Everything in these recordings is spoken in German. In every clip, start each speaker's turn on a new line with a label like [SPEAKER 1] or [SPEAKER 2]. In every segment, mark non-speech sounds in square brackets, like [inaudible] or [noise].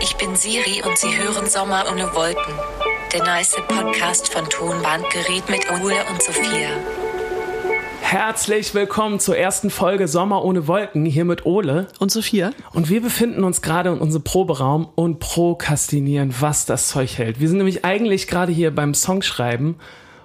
[SPEAKER 1] Ich bin Siri und Sie hören Sommer ohne Wolken. Der nice Podcast von Tonbandgerät mit Ole und Sophia.
[SPEAKER 2] Herzlich willkommen zur ersten Folge Sommer ohne Wolken hier mit Ole.
[SPEAKER 3] Und Sophia?
[SPEAKER 2] Und wir befinden uns gerade in unserem Proberaum und prokrastinieren, was das Zeug hält. Wir sind nämlich eigentlich gerade hier beim Songschreiben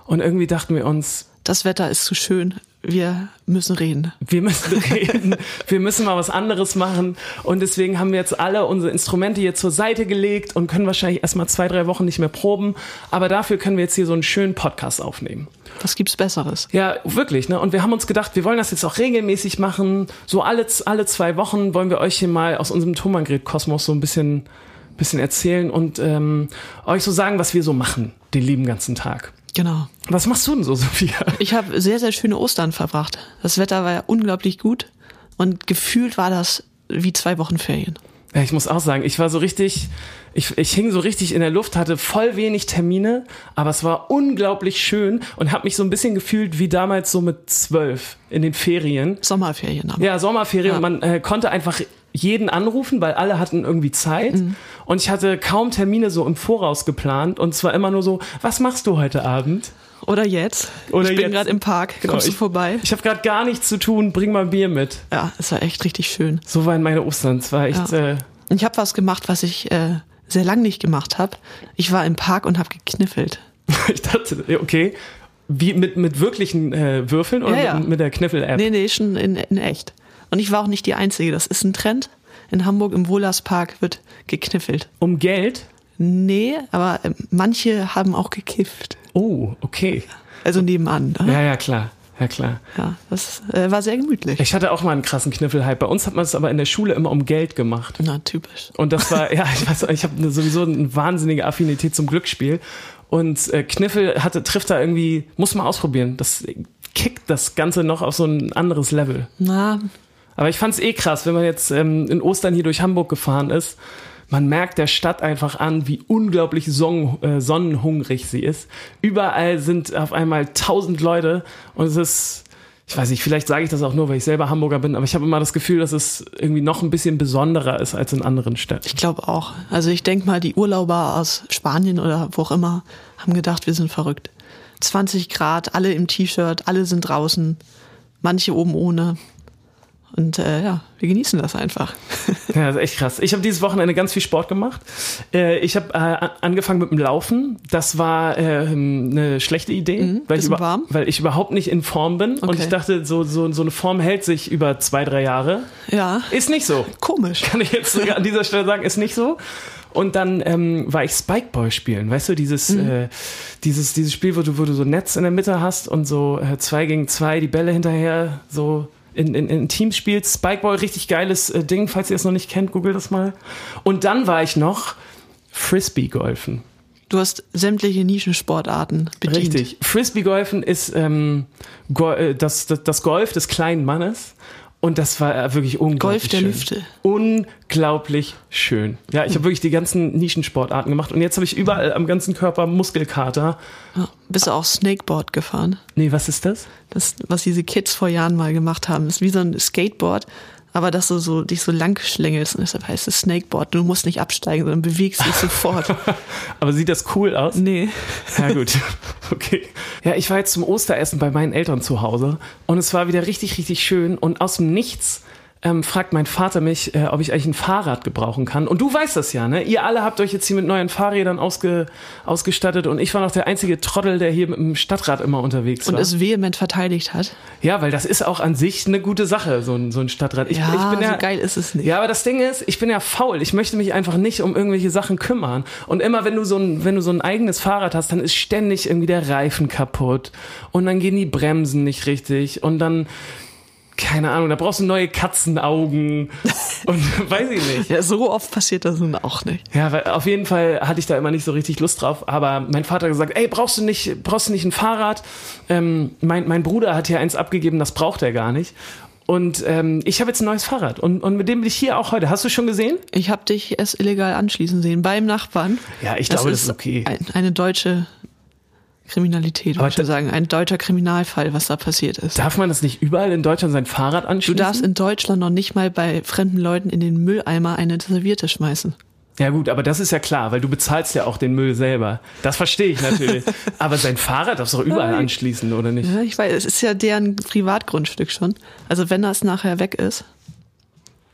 [SPEAKER 2] und irgendwie dachten wir uns,
[SPEAKER 3] Das Wetter ist zu schön. Wir müssen reden.
[SPEAKER 2] wir müssen reden, wir müssen mal was anderes machen. Und deswegen haben wir jetzt alle unsere Instrumente hier zur Seite gelegt und können wahrscheinlich erstmal zwei, drei Wochen nicht mehr proben. Aber dafür können wir jetzt hier so einen schönen Podcast aufnehmen.
[SPEAKER 3] Was gibt's Besseres?
[SPEAKER 2] Ja, wirklich, ne? Und wir haben uns gedacht, wir wollen das jetzt auch regelmäßig machen. So alle, alle zwei Wochen wollen wir euch hier mal aus unserem Thomangrid-Kosmos so ein bisschen, bisschen erzählen und ähm, euch so sagen, was wir so machen, den lieben ganzen Tag.
[SPEAKER 3] Genau.
[SPEAKER 2] Was machst du denn so, [laughs] Sophia?
[SPEAKER 3] Ich habe sehr, sehr schöne Ostern verbracht. Das Wetter war ja unglaublich gut und gefühlt war das wie zwei Wochen Ferien.
[SPEAKER 2] Ja, ich muss auch sagen, ich war so richtig, ich, ich hing so richtig in der Luft, hatte voll wenig Termine, aber es war unglaublich schön und habe mich so ein bisschen gefühlt wie damals so mit zwölf in den Ferien.
[SPEAKER 3] Sommerferien. Aber.
[SPEAKER 2] Ja, Sommerferien.
[SPEAKER 3] Ja.
[SPEAKER 2] Man äh, konnte einfach jeden anrufen, weil alle hatten irgendwie Zeit.
[SPEAKER 3] Mhm.
[SPEAKER 2] Und ich hatte kaum Termine so im Voraus geplant. Und zwar immer nur so, was machst du heute Abend?
[SPEAKER 3] Oder jetzt.
[SPEAKER 2] Oder
[SPEAKER 3] ich bin
[SPEAKER 2] jetzt.
[SPEAKER 3] gerade im Park.
[SPEAKER 2] Genau,
[SPEAKER 3] Kommst du
[SPEAKER 2] ich-
[SPEAKER 3] vorbei?
[SPEAKER 2] Ich habe gerade gar nichts zu tun, bring mal ein Bier mit.
[SPEAKER 3] Ja, es war echt richtig schön.
[SPEAKER 2] So waren meine Ostern. Es war echt,
[SPEAKER 3] Ja.
[SPEAKER 2] äh, [laughs]
[SPEAKER 3] Ich habe was gemacht, was ich äh, sehr lang nicht gemacht habe. Ich war im Park und habe gekniffelt.
[SPEAKER 2] ich dachte, okay, wie mit, mit wirklichen äh, Würfeln oder
[SPEAKER 3] Ja, ja.
[SPEAKER 2] Mit, mit der Kniffel-App?
[SPEAKER 3] Nee, nee, schon in, in echt. Und ich war auch nicht die Einzige. Das ist ein Trend. In Hamburg im Wohlerspark wird gekniffelt.
[SPEAKER 2] Um Geld?
[SPEAKER 3] Nee, aber äh, manche haben auch gekifft.
[SPEAKER 2] Oh, okay.
[SPEAKER 3] Also nebenan. Ne?
[SPEAKER 2] Ja, ja, klar. Ja, klar.
[SPEAKER 3] Ja. das äh, war sehr gemütlich.
[SPEAKER 2] Ich hatte auch mal einen krassen Kniffel-Hype. Bei uns hat man es aber in der Schule immer um Geld gemacht.
[SPEAKER 3] Na, typisch.
[SPEAKER 2] Und das war, [laughs] ja, ich weiß, auch, ich habe sowieso eine wahnsinnige Affinität zum Glücksspiel. Und äh, Kniffel hatte, trifft da irgendwie, muss man ausprobieren. Das kickt das Ganze noch auf so ein anderes Level.
[SPEAKER 3] Na,
[SPEAKER 2] Aber ich fand's eh krass, wenn man jetzt ähm, in Ostern hier durch Hamburg gefahren ist. Man merkt der Stadt einfach an, wie unglaublich son äh, sonnenhungrig sie ist. Überall sind auf einmal tausend Leute und es ist, ich weiß nicht, vielleicht sage ich das auch nur, weil ich selber Hamburger bin, aber ich habe immer das Gefühl, dass es irgendwie noch ein bisschen besonderer ist als in anderen Städten.
[SPEAKER 3] ich glaube auch. Also ich denke mal, die Urlauber aus Spanien oder wo auch immer haben gedacht, wir sind verrückt. 20 Grad, alle im T-Shirt, alle sind draußen, manche oben ohne. Und äh, ja, wir genießen das einfach.
[SPEAKER 2] Ja, das ist echt krass. Ich habe dieses Wochenende ganz viel Sport gemacht. Äh, Ich habe äh, a- angefangen mit dem Laufen. Das war äh, eine schlechte Idee, weil, ich
[SPEAKER 3] Mhm. bisschen
[SPEAKER 2] über,
[SPEAKER 3] warm.
[SPEAKER 2] weil ich überhaupt nicht in Form bin. Und
[SPEAKER 3] Okay.
[SPEAKER 2] ich dachte, so, so, so eine Form hält sich über zwei, drei Jahre.
[SPEAKER 3] Ja,
[SPEAKER 2] Ist nicht so.
[SPEAKER 3] komisch.
[SPEAKER 2] Kann ich jetzt sogar an dieser Stelle sagen, ist nicht so. Und dann ähm, war ich Spikeball spielen, weißt du, dieses, äh, dieses, dieses Spiel, wo du, wo du so ein Netz in der Mitte hast und so äh, zwei gegen zwei die Bälle hinterher so in, in, in Teams spielst. Spikeball, richtig geiles äh, Ding, falls ihr es noch nicht kennt, google das mal. Und dann war ich noch Frisbee-Golfen.
[SPEAKER 3] Du hast sämtliche Nischensportarten bedient.
[SPEAKER 2] Richtig. Frisbee-Golfen ist ähm, Go äh, das, das, das Golf des kleinen Mannes. Und das war äh, wirklich unglaublich
[SPEAKER 3] Golf der
[SPEAKER 2] schön.
[SPEAKER 3] Lüfte. Hm.
[SPEAKER 2] Unglaublich schön. Ja, ich habe wirklich die ganzen Nischensportarten gemacht. Und jetzt habe ich überall am ganzen Körper Muskelkater.
[SPEAKER 3] Ja, bist du auch Snakeboard gefahren?
[SPEAKER 2] Nee, was ist das?
[SPEAKER 3] Das, was diese Kids vor Jahren mal gemacht haben, ist wie so ein Skateboard, aber dass du so, dich so lang schlängelst und deshalb heißt es Snakeboard. Du musst nicht absteigen, sondern bewegst
[SPEAKER 2] [laughs]
[SPEAKER 3] dich sofort.
[SPEAKER 2] Aber sieht das cool aus?
[SPEAKER 3] Nee.
[SPEAKER 2] Ja, gut. [laughs] Okay. Ja, ich war jetzt zum Osteressen bei meinen Eltern zu Hause und es war wieder richtig, richtig schön. Und aus dem Nichts ähm, fragt mein Vater mich, äh, ob ich eigentlich ein Fahrrad gebrauchen kann. Und du weißt das ja, ne? Ihr alle habt euch jetzt hier mit neuen Fahrrädern ausge ausgestattet und ich war noch der einzige Trottel, der hier mit dem Stadtrad immer unterwegs
[SPEAKER 3] Und
[SPEAKER 2] war.
[SPEAKER 3] es vehement verteidigt hat.
[SPEAKER 2] ja, weil das ist auch an sich eine gute Sache, so ein, so ein Stadtrad. Ich,
[SPEAKER 3] Ja,
[SPEAKER 2] ich bin
[SPEAKER 3] so geil ist es nicht.
[SPEAKER 2] ja, aber das Ding ist, ich bin ja faul. Ich möchte mich einfach nicht um irgendwelche Sachen kümmern. Und immer wenn du so ein, wenn du so ein eigenes Fahrrad hast, dann ist ständig irgendwie der Reifen kaputt. Und dann gehen die Bremsen nicht richtig. Und dann, keine Ahnung, da brauchst du neue Katzenaugen. Und [laughs] weiß ich nicht.
[SPEAKER 3] Ja, so oft passiert das nun auch nicht.
[SPEAKER 2] Ja, weil auf jeden Fall hatte ich da immer nicht so richtig Lust drauf. Aber mein Vater hat gesagt, ey, brauchst du nicht, brauchst du nicht ein Fahrrad? Ähm, mein, mein Bruder hat hier eins abgegeben, das braucht er gar nicht. Und ähm, ich habe jetzt ein neues Fahrrad. Und, und mit dem bin ich hier auch heute. Hast du schon gesehen?
[SPEAKER 3] Ich habe dich es illegal anschließen sehen beim Nachbarn.
[SPEAKER 2] Ja, ich glaube, das ist okay.
[SPEAKER 3] Ein, eine deutsche Kriminalität,
[SPEAKER 2] Aber
[SPEAKER 3] würde ich schon
[SPEAKER 2] da-
[SPEAKER 3] sagen. Ein deutscher Kriminalfall, was da passiert ist.
[SPEAKER 2] Darf man das nicht überall in Deutschland sein Fahrrad
[SPEAKER 3] Du
[SPEAKER 2] anschließen?
[SPEAKER 3] darfst in Deutschland noch nicht mal bei fremden Leuten in den Mülleimer eine Serviette schmeißen.
[SPEAKER 2] Ja gut, aber das ist ja klar, weil du bezahlst ja auch den Müll selber. Das verstehe ich natürlich.
[SPEAKER 3] [laughs]
[SPEAKER 2] aber sein Fahrrad darfst du doch überall anschließen, oder nicht?
[SPEAKER 3] Ja, ich weiß, es ist ja deren Privatgrundstück schon. Also wenn das nachher weg ist,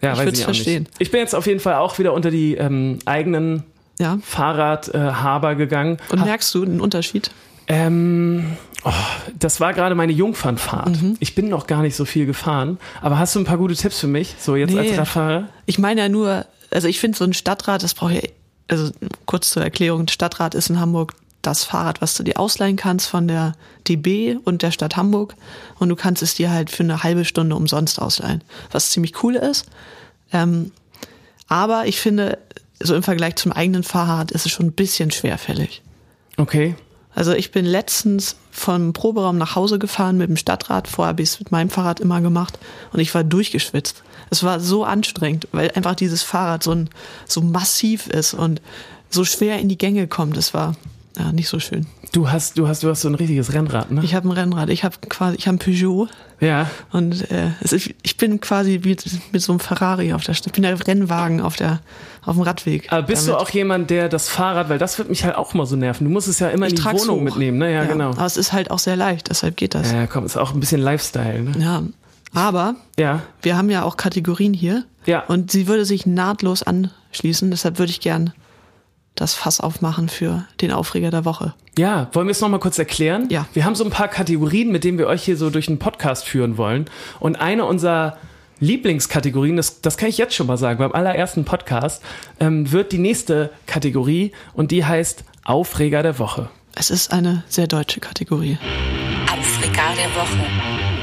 [SPEAKER 2] Ja,
[SPEAKER 3] Ich
[SPEAKER 2] weiß
[SPEAKER 3] würd's
[SPEAKER 2] auch nicht.
[SPEAKER 3] verstehen.
[SPEAKER 2] Ich bin jetzt auf jeden Fall auch wieder unter die ähm, eigenen
[SPEAKER 3] ja.
[SPEAKER 2] Fahrradhaber gegangen. Ah,
[SPEAKER 3] Und merkst du einen Unterschied?
[SPEAKER 2] Ähm, oh, das war gerade meine Jungfernfahrt.
[SPEAKER 3] Mhm.
[SPEAKER 2] Ich bin noch gar nicht so viel gefahren. Aber hast du ein paar gute Tipps für mich? So jetzt als
[SPEAKER 3] Nee.
[SPEAKER 2] Radfahrer?
[SPEAKER 3] Ich meine ja nur, also ich finde so ein Stadtrat, das brauche ich, also kurz zur Erklärung, ein Stadtrat ist in Hamburg das Fahrrad, was du dir ausleihen kannst von der DB und der Stadt Hamburg und du kannst es dir halt für eine halbe Stunde umsonst ausleihen, was ziemlich cool ist. Ähm, aber ich finde, so im Vergleich zum eigenen Fahrrad ist es schon ein bisschen schwerfällig.
[SPEAKER 2] Okay.
[SPEAKER 3] Also ich bin letztens vom Proberaum nach Hause gefahren mit dem Stadtrat. Vorher habe ich es mit meinem Fahrrad immer gemacht und ich war durchgeschwitzt. Es war so anstrengend, weil einfach dieses Fahrrad so, ein, so massiv ist und so schwer in die Gänge kommt. Es war ja, nicht so schön.
[SPEAKER 2] Du hast, du hast, du hast so ein richtiges Rennrad, ne?
[SPEAKER 3] Ich habe ein Rennrad, ich habe quasi, ich habe ein Peugeot
[SPEAKER 2] ja.
[SPEAKER 3] und äh, es ist, ich bin quasi wie mit so einem Ferrari auf der Stadt. Ich bin der Rennwagen auf der auf dem Radweg.
[SPEAKER 2] Aber bist
[SPEAKER 3] Damit-
[SPEAKER 2] du auch jemand, der das Fahrrad, weil das wird mich halt auch mal so nerven. Du musst es ja immer in die
[SPEAKER 3] trag's
[SPEAKER 2] Wohnung
[SPEAKER 3] hoch.
[SPEAKER 2] mitnehmen, ne? Ja, genau.
[SPEAKER 3] Aber es ist halt auch sehr leicht, deshalb geht das.
[SPEAKER 2] Ja, komm, ist auch ein bisschen Lifestyle, ne?
[SPEAKER 3] Ja. Aber
[SPEAKER 2] Ja.
[SPEAKER 3] Wir haben ja auch Kategorien hier.
[SPEAKER 2] Ja.
[SPEAKER 3] Und sie würde sich nahtlos anschließen. Deshalb würde ich gern das Fass aufmachen für den Aufreger der Woche.
[SPEAKER 2] Ja, wollen wir es nochmal kurz erklären?
[SPEAKER 3] Ja.
[SPEAKER 2] Wir haben so ein paar Kategorien, mit denen wir euch hier so durch den Podcast führen wollen. Und eine unserer Lieblingskategorien, das, das kann ich jetzt schon mal sagen, beim allerersten Podcast, ähm, wird die nächste Kategorie und die heißt Aufreger der Woche.
[SPEAKER 3] Es ist eine sehr deutsche Kategorie.
[SPEAKER 1] Aufreger der Woche.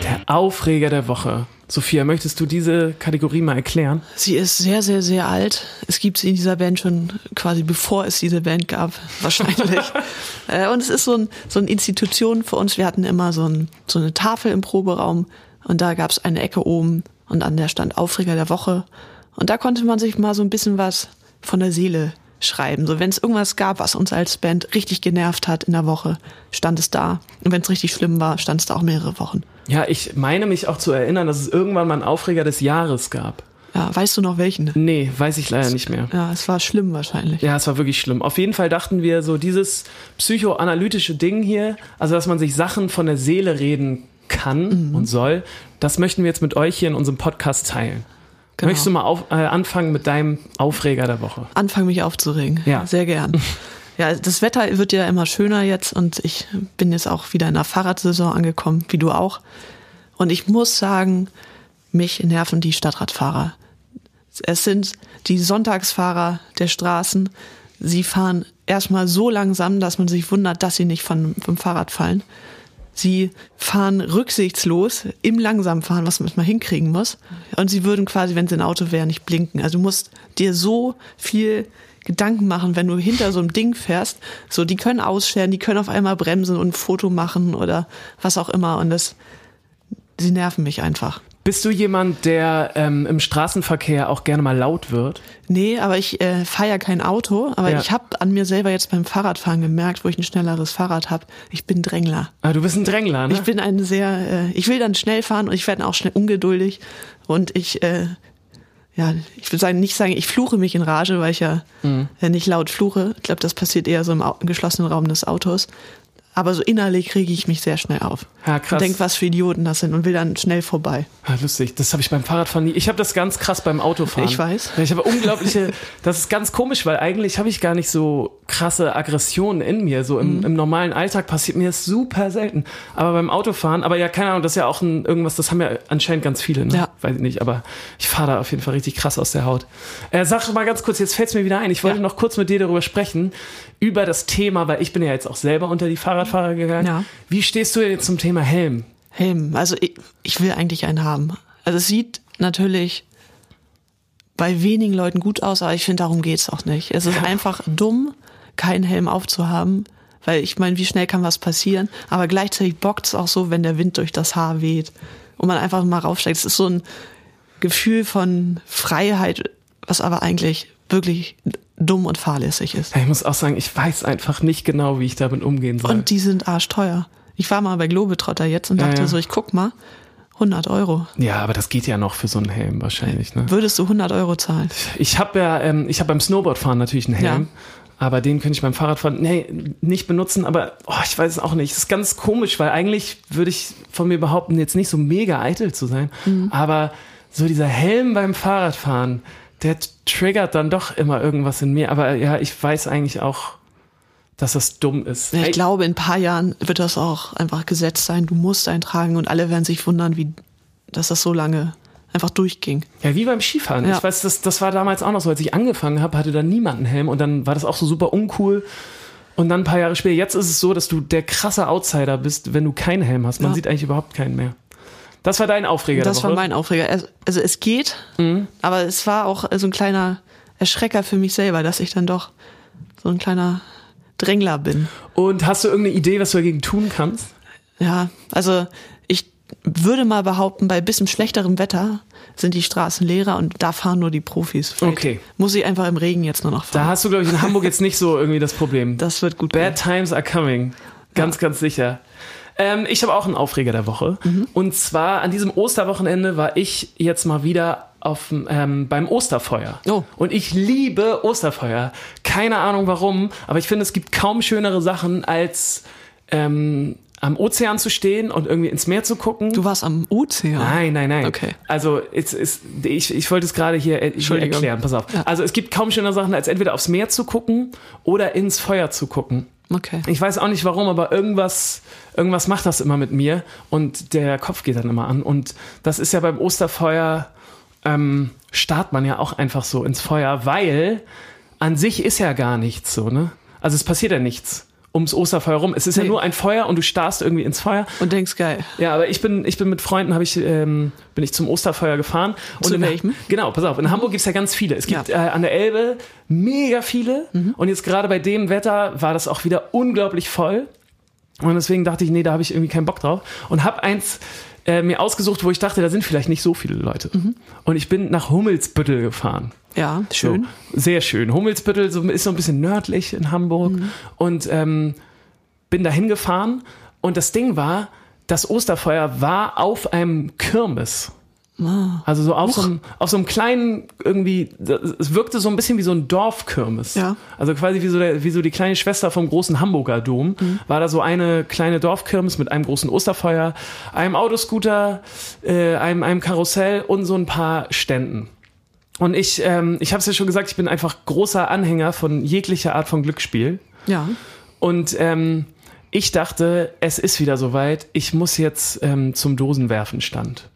[SPEAKER 2] Der Aufreger der Woche. Sophia, möchtest du diese Kategorie mal erklären?
[SPEAKER 3] Sie ist sehr, sehr, sehr alt. Es gibt sie in dieser Band schon quasi bevor es diese Band gab, [laughs] wahrscheinlich. äh, und es ist so, ein, so eine Institution für uns. Wir hatten immer so, ein, so eine Tafel im Proberaum und da gab es eine Ecke oben und an der stand Aufreger der Woche. Und da konnte man sich mal so ein bisschen was von der Seele schreiben. So, wenn es irgendwas gab, was uns als Band richtig genervt hat in der Woche, stand es da. Und wenn es richtig schlimm war, stand es da auch mehrere Wochen.
[SPEAKER 2] Ja, ich meine mich auch zu erinnern, dass es irgendwann mal einen Aufreger des Jahres gab.
[SPEAKER 3] Ja, weißt du noch welchen?
[SPEAKER 2] Nee, weiß ich leider nicht mehr.
[SPEAKER 3] Ja, es war schlimm wahrscheinlich.
[SPEAKER 2] Ja, es war wirklich schlimm. Auf jeden Fall dachten wir, so dieses psychoanalytische Ding hier, also dass man sich Sachen von der Seele reden
[SPEAKER 3] Mhm.
[SPEAKER 2] kann und soll, das möchten wir jetzt mit euch hier in unserem Podcast teilen.
[SPEAKER 3] Genau.
[SPEAKER 2] Möchtest du mal auf, äh, anfangen mit deinem Aufreger der Woche?
[SPEAKER 3] anfangen, mich aufzuregen.
[SPEAKER 2] Ja.
[SPEAKER 3] Sehr gern. Ja, das Wetter wird ja immer schöner jetzt und ich bin jetzt auch wieder in der Fahrradsaison angekommen, wie du auch. Und ich muss sagen, mich nerven die Stadtradfahrer. Es sind die Sonntagsfahrer der Straßen. Sie fahren erstmal so langsam, dass man sich wundert, dass sie nicht von, vom Fahrrad fallen. Sie fahren rücksichtslos im Langsamfahren, was man mal hinkriegen muss. Und sie würden quasi, wenn sie ein Auto wären, nicht blinken. Also du musst dir so viel Gedanken machen, wenn du hinter so einem Ding fährst. So, die können ausscheren, die können auf einmal bremsen und ein Foto machen oder was auch immer. Und das, sie nerven mich einfach.
[SPEAKER 2] Bist du jemand, der ähm, im Straßenverkehr auch gerne mal laut wird?
[SPEAKER 3] Nee, aber ich äh, fahre ja kein Auto. Aber
[SPEAKER 2] Ja.
[SPEAKER 3] ich habe an mir selber jetzt beim Fahrradfahren gemerkt, wo ich ein schnelleres Fahrrad habe. Ich bin Drängler.
[SPEAKER 2] Ah, du bist ein Drängler, ne?
[SPEAKER 3] Ich bin ein sehr, äh, ich will dann schnell fahren und ich werde auch schnell ungeduldig und ich, äh, ja, ich will sagen, nicht sagen, ich fluche mich in Rage, weil ich ja
[SPEAKER 2] Mhm.
[SPEAKER 3] äh, nicht laut fluche. Ich glaube, das passiert eher so im, au- im geschlossenen Raum des Autos. Aber so innerlich rege ich mich sehr schnell auf.
[SPEAKER 2] Ja, krass.
[SPEAKER 3] Und denk, was für Idioten das sind und will dann schnell vorbei.
[SPEAKER 2] Ah, lustig, das habe ich beim Fahrradfahren nie. Ich habe das ganz krass beim Autofahren.
[SPEAKER 3] Ich weiß.
[SPEAKER 2] Ja, Ich habe
[SPEAKER 3] [laughs]
[SPEAKER 2] unglaubliche, das ist ganz komisch, weil eigentlich habe ich gar nicht so krasse Aggressionen in mir. So
[SPEAKER 3] Mhm.
[SPEAKER 2] im, im normalen Alltag passiert mir das super selten. Aber beim Autofahren, aber ja, keine Ahnung, das ist ja auch ein, irgendwas, das haben ja anscheinend ganz viele, ne?
[SPEAKER 3] Ja.
[SPEAKER 2] Weiß ich nicht, aber ich fahre da auf jeden Fall richtig krass aus der Haut. Äh, sag doch mal ganz kurz, jetzt fällt es mir wieder ein. Ich wollte
[SPEAKER 3] Ja.
[SPEAKER 2] noch kurz mit dir darüber sprechen, über das Thema, weil ich bin ja jetzt auch selber unter die Fahrradfahrer gegangen.
[SPEAKER 3] Ja.
[SPEAKER 2] Wie stehst du denn zum Thema Helm?
[SPEAKER 3] Helm, also ich, ich will eigentlich einen haben. Also es sieht natürlich bei wenigen Leuten gut aus, aber ich finde, darum geht's auch nicht. Es ist einfach dumm, keinen Helm aufzuhaben, weil ich meine, wie schnell kann was passieren? Aber gleichzeitig bockt's auch so, wenn der Wind durch das Haar weht und man einfach mal raufsteigt. Es ist so ein Gefühl von Freiheit, was aber eigentlich wirklich dumm und fahrlässig ist.
[SPEAKER 2] Ich muss auch sagen, ich weiß einfach nicht genau, wie ich damit umgehen soll.
[SPEAKER 3] Und die sind arschteuer. Ich war mal bei Globetrotter jetzt und
[SPEAKER 2] Ja,
[SPEAKER 3] dachte
[SPEAKER 2] ja.
[SPEAKER 3] so, ich guck mal, 100 Euro.
[SPEAKER 2] ja, aber das geht ja noch für so einen Helm wahrscheinlich. Ne?
[SPEAKER 3] Würdest du 100 Euro zahlen?
[SPEAKER 2] Ich habe ja, ähm, ich habe beim Snowboardfahren natürlich einen Helm. Aber den könnte ich beim Fahrradfahren nee, nicht benutzen, aber oh, ich weiß es auch nicht. Es ist ganz komisch, weil eigentlich würde ich von mir behaupten, jetzt nicht so mega eitel zu sein.
[SPEAKER 3] Mhm.
[SPEAKER 2] Aber so dieser Helm beim Fahrradfahren, der t- triggert dann doch immer irgendwas in mir. Aber ja, ich weiß eigentlich auch, dass das dumm ist.
[SPEAKER 3] Ja,
[SPEAKER 2] Ey,
[SPEAKER 3] ich glaube, in ein paar Jahren wird das auch einfach Gesetz sein. Du musst eintragen und alle werden sich wundern, wie, dass das so lange einfach durchging.
[SPEAKER 2] Ja, wie beim Skifahren.
[SPEAKER 3] Ja.
[SPEAKER 2] Ich weiß, das, das war damals auch noch so. Als ich angefangen habe, hatte da niemand einen Helm und dann war das auch so super uncool. Und dann ein paar Jahre später, jetzt ist es so, dass du der krasse Outsider bist, wenn du keinen Helm hast. Man
[SPEAKER 3] Ja.
[SPEAKER 2] sieht eigentlich überhaupt keinen mehr. Das war dein Aufreger.
[SPEAKER 3] das
[SPEAKER 2] der
[SPEAKER 3] war
[SPEAKER 2] Woche.
[SPEAKER 3] mein Aufreger. Es- Also es geht,
[SPEAKER 2] Mhm.
[SPEAKER 3] aber es war auch so ein kleiner Erschrecker für mich selber, dass ich dann doch so ein kleiner Drängler bin.
[SPEAKER 2] Und hast du irgendeine Idee, was du dagegen tun kannst?
[SPEAKER 3] Ja, also ich würde mal behaupten, bei bisschen schlechterem Wetter sind die Straßen leerer und da fahren nur die Profis. Vielleicht
[SPEAKER 2] Okay.
[SPEAKER 3] Muss ich einfach im Regen jetzt nur noch
[SPEAKER 2] Da
[SPEAKER 3] fahren.
[SPEAKER 2] hast du, glaube ich, in Hamburg jetzt nicht so irgendwie das Problem.
[SPEAKER 3] Oh. das wird gut.
[SPEAKER 2] Bad times are coming. Ganz, ganz sicher. Ähm, ich habe auch einen Aufreger der Woche.
[SPEAKER 3] Mhm.
[SPEAKER 2] Und zwar an diesem Osterwochenende war ich jetzt mal wieder auf, ähm, beim Osterfeuer.
[SPEAKER 3] Oh.
[SPEAKER 2] Und ich liebe Osterfeuer. Keine Ahnung warum, aber ich finde, es gibt kaum schönere Sachen, als ähm, am Ozean zu stehen und irgendwie ins Meer zu gucken.
[SPEAKER 3] Du warst am Ozean.
[SPEAKER 2] Nein, nein, nein.
[SPEAKER 3] Okay.
[SPEAKER 2] Also es ist, ich, ich wollte es gerade hier, äh, hier
[SPEAKER 3] Entschuldigung.
[SPEAKER 2] erklären, pass auf.
[SPEAKER 3] Ja.
[SPEAKER 2] Also es gibt kaum schönere Sachen, als entweder aufs Meer zu gucken oder ins Feuer zu gucken.
[SPEAKER 3] Okay.
[SPEAKER 2] Ich weiß auch nicht warum, aber irgendwas, irgendwas macht das immer mit mir und der Kopf geht dann immer an. Und das ist ja beim Osterfeuer, ähm, starrt man ja auch einfach so ins Feuer, weil an sich ist ja gar nichts so, ne? Also es passiert ja nichts ums Osterfeuer rum. Es ist ja
[SPEAKER 3] Nee.
[SPEAKER 2] nur ein Feuer und du starrst irgendwie ins Feuer.
[SPEAKER 3] Und denkst, geil.
[SPEAKER 2] Ja, aber ich bin, ich bin mit Freunden, habe ich, ähm, bin ich zum Osterfeuer gefahren.
[SPEAKER 3] Zu
[SPEAKER 2] in,
[SPEAKER 3] welchem?
[SPEAKER 2] Genau, pass auf, in Hamburg gibt's ja ganz viele. Es gibt äh, an der Elbe mega viele.
[SPEAKER 3] Mhm.
[SPEAKER 2] Und jetzt gerade bei dem Wetter war das auch wieder unglaublich voll. Und deswegen dachte ich, nee, da habe ich irgendwie keinen Bock drauf. Und habe eins äh, mir ausgesucht, wo ich dachte, da sind vielleicht nicht so viele Leute.
[SPEAKER 3] Mhm.
[SPEAKER 2] Und ich bin nach Hummelsbüttel gefahren.
[SPEAKER 3] Ja, schön.
[SPEAKER 2] So, sehr schön. Hummelsbüttel so, ist so ein bisschen nördlich in Hamburg und ähm, bin da hingefahren und das Ding war, das Osterfeuer war auf einem Kirmes. Also so auf so, einem, auf so einem kleinen irgendwie, das- es wirkte so ein bisschen wie so ein Dorfkirmes.
[SPEAKER 3] Ja.
[SPEAKER 2] Also quasi wie so, der, wie so die kleine Schwester vom großen Hamburger Dom. War da so eine kleine Dorfkirmes mit einem großen Osterfeuer, einem Autoscooter, äh, einem, einem Karussell und so ein paar Ständen. Und ich, ähm, ich habe es ja schon gesagt, ich bin einfach großer Anhänger von jeglicher Art von Glücksspiel.
[SPEAKER 3] Ja.
[SPEAKER 2] Und ähm, ich dachte, es ist wieder soweit, ich muss jetzt ähm, zum Dosenwerfenstand.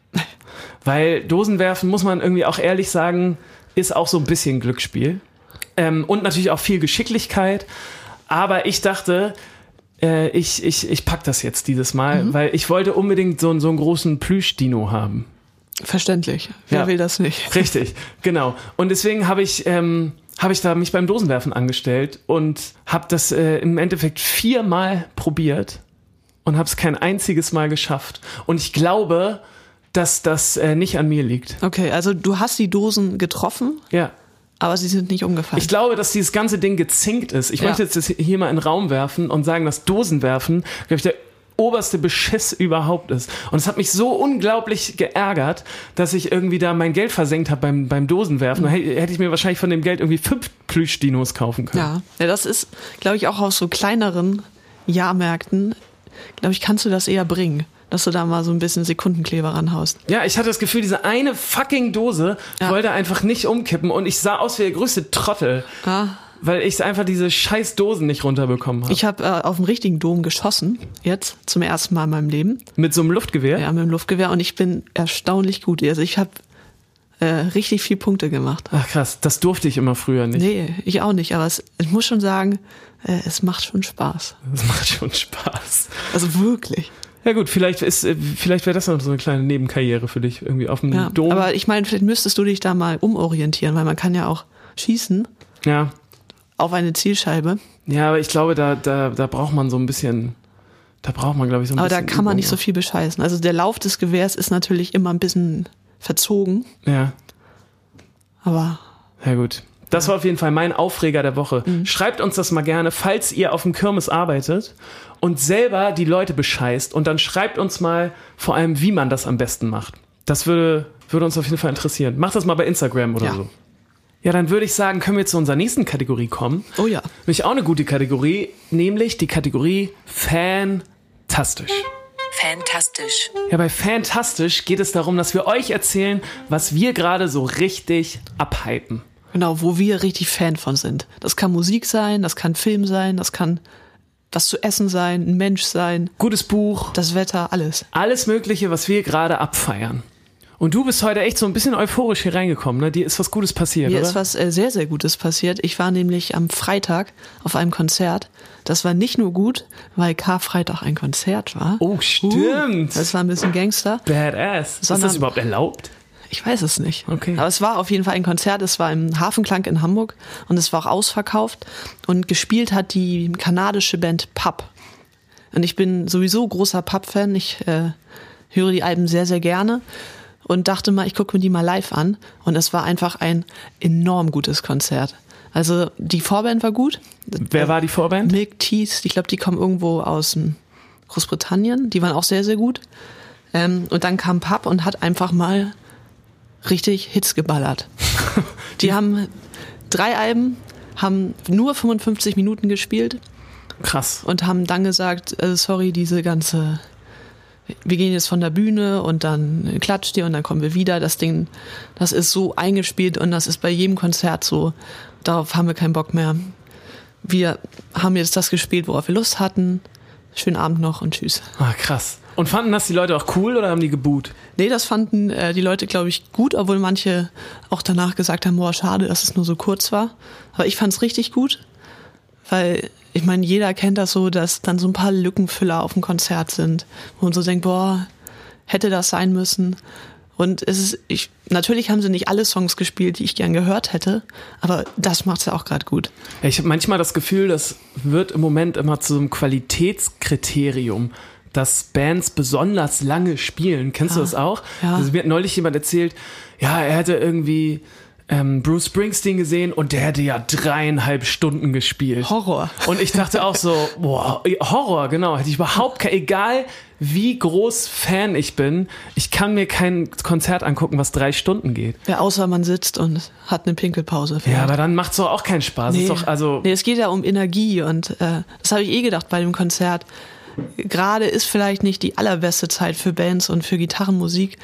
[SPEAKER 2] Weil Dosenwerfen, muss man irgendwie auch ehrlich sagen, ist auch so ein bisschen Glücksspiel. Ähm, und natürlich auch viel Geschicklichkeit. Aber ich dachte, äh, ich, ich, ich pack das jetzt dieses Mal, weil ich wollte unbedingt so, einen- so einen großen Plüsch-Dino haben.
[SPEAKER 3] Verständlich. Wer
[SPEAKER 2] Ja.
[SPEAKER 3] will das nicht?
[SPEAKER 2] Richtig, genau. Und deswegen habe ich, ähm, habe ich da mich beim Dosenwerfen angestellt und habe das äh, im Endeffekt viermal probiert und habe es kein einziges Mal geschafft. Und ich glaube, dass das äh, nicht an mir liegt.
[SPEAKER 3] Okay, also du hast die Dosen getroffen,
[SPEAKER 2] Ja.
[SPEAKER 3] aber sie sind nicht umgefallen.
[SPEAKER 2] Ich glaube, dass dieses ganze Ding gezinkt ist. Ich
[SPEAKER 3] Ja.
[SPEAKER 2] möchte jetzt das hier mal in den Raum werfen und sagen, dass Dosenwerfen, glaube ich, der oberste Beschiss überhaupt ist. Und es hat mich so unglaublich geärgert, dass ich irgendwie da mein Geld versenkt habe beim, beim
[SPEAKER 3] Mhm.
[SPEAKER 2] Dosenwerfen. Da hä- Hätte ich mir wahrscheinlich von dem Geld irgendwie fünf Plüschdinos kaufen können.
[SPEAKER 3] ja. ja, das ist, glaube ich, auch auf so kleineren Jahrmärkten, glaube ich, kannst du das eher bringen, dass du da mal so ein bisschen Sekundenkleber ranhaust.
[SPEAKER 2] Ja, ich hatte das Gefühl, diese eine fucking Dose
[SPEAKER 3] Ja.
[SPEAKER 2] wollte einfach nicht umkippen und ich sah aus wie der größte Trottel, weil ich einfach diese scheiß Dosen nicht runterbekommen habe.
[SPEAKER 3] Ich habe äh, auf dem richtigen Dom geschossen, jetzt zum ersten Mal in meinem Leben,
[SPEAKER 2] Mit so einem Luftgewehr.
[SPEAKER 3] ja, mit dem Luftgewehr und ich bin erstaunlich gut. Also ich habe äh, richtig viel Punkte gemacht.
[SPEAKER 2] Ach krass, das durfte ich immer früher nicht.
[SPEAKER 3] Nee, ich auch nicht, aber es, ich muss schon sagen, äh, es macht schon Spaß.
[SPEAKER 2] Das macht schon Spaß.
[SPEAKER 3] Also wirklich.
[SPEAKER 2] Ja gut, vielleicht ist, äh, vielleicht wäre das noch so eine kleine Nebenkarriere für dich irgendwie auf dem
[SPEAKER 3] Ja,
[SPEAKER 2] Dom.
[SPEAKER 3] aber ich meine, vielleicht müsstest du dich da mal umorientieren, weil man kann ja auch schießen
[SPEAKER 2] ja.
[SPEAKER 3] auf eine Zielscheibe,
[SPEAKER 2] ja, aber ich glaube, da, da, da braucht man so ein bisschen, da braucht man glaube ich so ein
[SPEAKER 3] aber da
[SPEAKER 2] bisschen.
[SPEAKER 3] kann man nicht so viel bescheißen. Also der Lauf des Gewehrs ist natürlich immer ein bisschen verzogen,
[SPEAKER 2] viel. Ja,
[SPEAKER 3] aber
[SPEAKER 2] ja gut. Das war auf jeden Fall mein Aufreger der Woche.
[SPEAKER 3] Mhm.
[SPEAKER 2] Schreibt uns das mal gerne, falls ihr auf dem Kirmes arbeitet und selber die Leute bescheißt. Und dann schreibt uns mal vor allem, wie man das am besten macht. Das würde, würde uns auf jeden Fall interessieren. Macht das mal bei Instagram oder
[SPEAKER 3] Ja.
[SPEAKER 2] so. Ja, dann würde ich sagen, können wir zu unserer nächsten Kategorie kommen.
[SPEAKER 3] Oh ja.
[SPEAKER 2] Nämlich auch eine gute Kategorie, nämlich die Kategorie Fantastisch.
[SPEAKER 1] Fantastisch.
[SPEAKER 2] Ja, bei Fantastisch geht es darum, dass wir euch erzählen, was wir gerade so richtig abhypen.
[SPEAKER 3] Genau, wo wir richtig Fan von sind. Das kann Musik sein, das kann Film sein, das kann was zu essen sein, ein Mensch sein,
[SPEAKER 2] Gutes Buch,
[SPEAKER 3] das Wetter, alles.
[SPEAKER 2] alles Mögliche, was wir gerade abfeiern. Und du bist heute echt so ein bisschen euphorisch hier reingekommen, ne? Dir ist was Gutes passiert,
[SPEAKER 3] Mir
[SPEAKER 2] oder?
[SPEAKER 3] ist was äh, sehr, sehr Gutes passiert. Ich war nämlich am Freitag auf einem Konzert. Das war nicht nur gut, weil Karfreitag ein Konzert war.
[SPEAKER 2] Oh, stimmt.
[SPEAKER 3] Uh, das war ein bisschen Gangster.
[SPEAKER 2] Badass. ist das
[SPEAKER 3] Sondern-
[SPEAKER 2] überhaupt erlaubt?
[SPEAKER 3] Ich weiß es nicht.
[SPEAKER 2] Okay.
[SPEAKER 3] Aber es war auf jeden Fall ein Konzert. Es war im Hafenklang in Hamburg und es war auch ausverkauft. Und gespielt hat die kanadische Band Pub. Und ich bin sowieso großer Pub-Fan. Ich äh, höre die Alben sehr, sehr gerne und dachte mal, ich gucke mir die mal live an. Und es war einfach ein enorm gutes Konzert. Also die Vorband war gut.
[SPEAKER 2] Wer war die Vorband?
[SPEAKER 3] Milk Teas, ich glaube, die kommen irgendwo aus ähm, Großbritannien. Die waren auch sehr, sehr gut. Ähm, und dann kam Pub und hat einfach mal richtig Hits geballert. die haben drei Alben, haben nur 55 Minuten gespielt
[SPEAKER 2] Krass.
[SPEAKER 3] und haben dann gesagt, äh, sorry, diese ganze, wir gehen jetzt von der Bühne und dann klatscht ihr und dann kommen wir wieder. Das Ding, das ist so eingespielt und das ist bei jedem Konzert so. Darauf haben wir keinen Bock mehr. Wir haben jetzt das gespielt, worauf wir Lust hatten. Schönen Abend noch und tschüss.
[SPEAKER 2] Ah, krass. Und fanden das die Leute auch cool oder haben die geboot?
[SPEAKER 3] Nee, das fanden äh, die Leute, glaube ich, gut, obwohl manche auch danach gesagt haben, boah, schade, dass es nur so kurz war. Aber ich fand es richtig gut, weil ich meine, jeder kennt das so, dass dann so ein paar Lückenfüller auf dem Konzert sind, wo man so denkt, boah, hätte das sein müssen. Und es ist, ich, natürlich haben sie nicht alle Songs gespielt, die ich gern gehört hätte, aber das macht's ja auch gerade gut.
[SPEAKER 2] Ja, Ich habe manchmal das Gefühl, das wird im Moment immer zu so einem Qualitätskriterium, dass Bands besonders lange spielen. Kennst du das auch?
[SPEAKER 3] Ah, ja.
[SPEAKER 2] Also mir hat neulich jemand erzählt, ja, er hätte irgendwie ähm, Bruce Springsteen gesehen und der hätte ja dreieinhalb Stunden gespielt.
[SPEAKER 3] Horror.
[SPEAKER 2] Und ich dachte auch
[SPEAKER 3] [laughs]
[SPEAKER 2] so, boah, Horror, genau. Hätte ich überhaupt kein, egal wie groß Fan ich bin, ich kann mir kein Konzert angucken, was drei Stunden geht.
[SPEAKER 3] Ja, außer man sitzt und hat eine Pinkelpause.
[SPEAKER 2] Ja, aber dann macht's doch auch keinen Spaß. Ist doch, also,
[SPEAKER 3] nee, es geht ja um Energie und äh, das habe ich eh gedacht bei dem Konzert. Gerade ist vielleicht nicht die allerbeste Zeit für Bands und für Gitarrenmusik,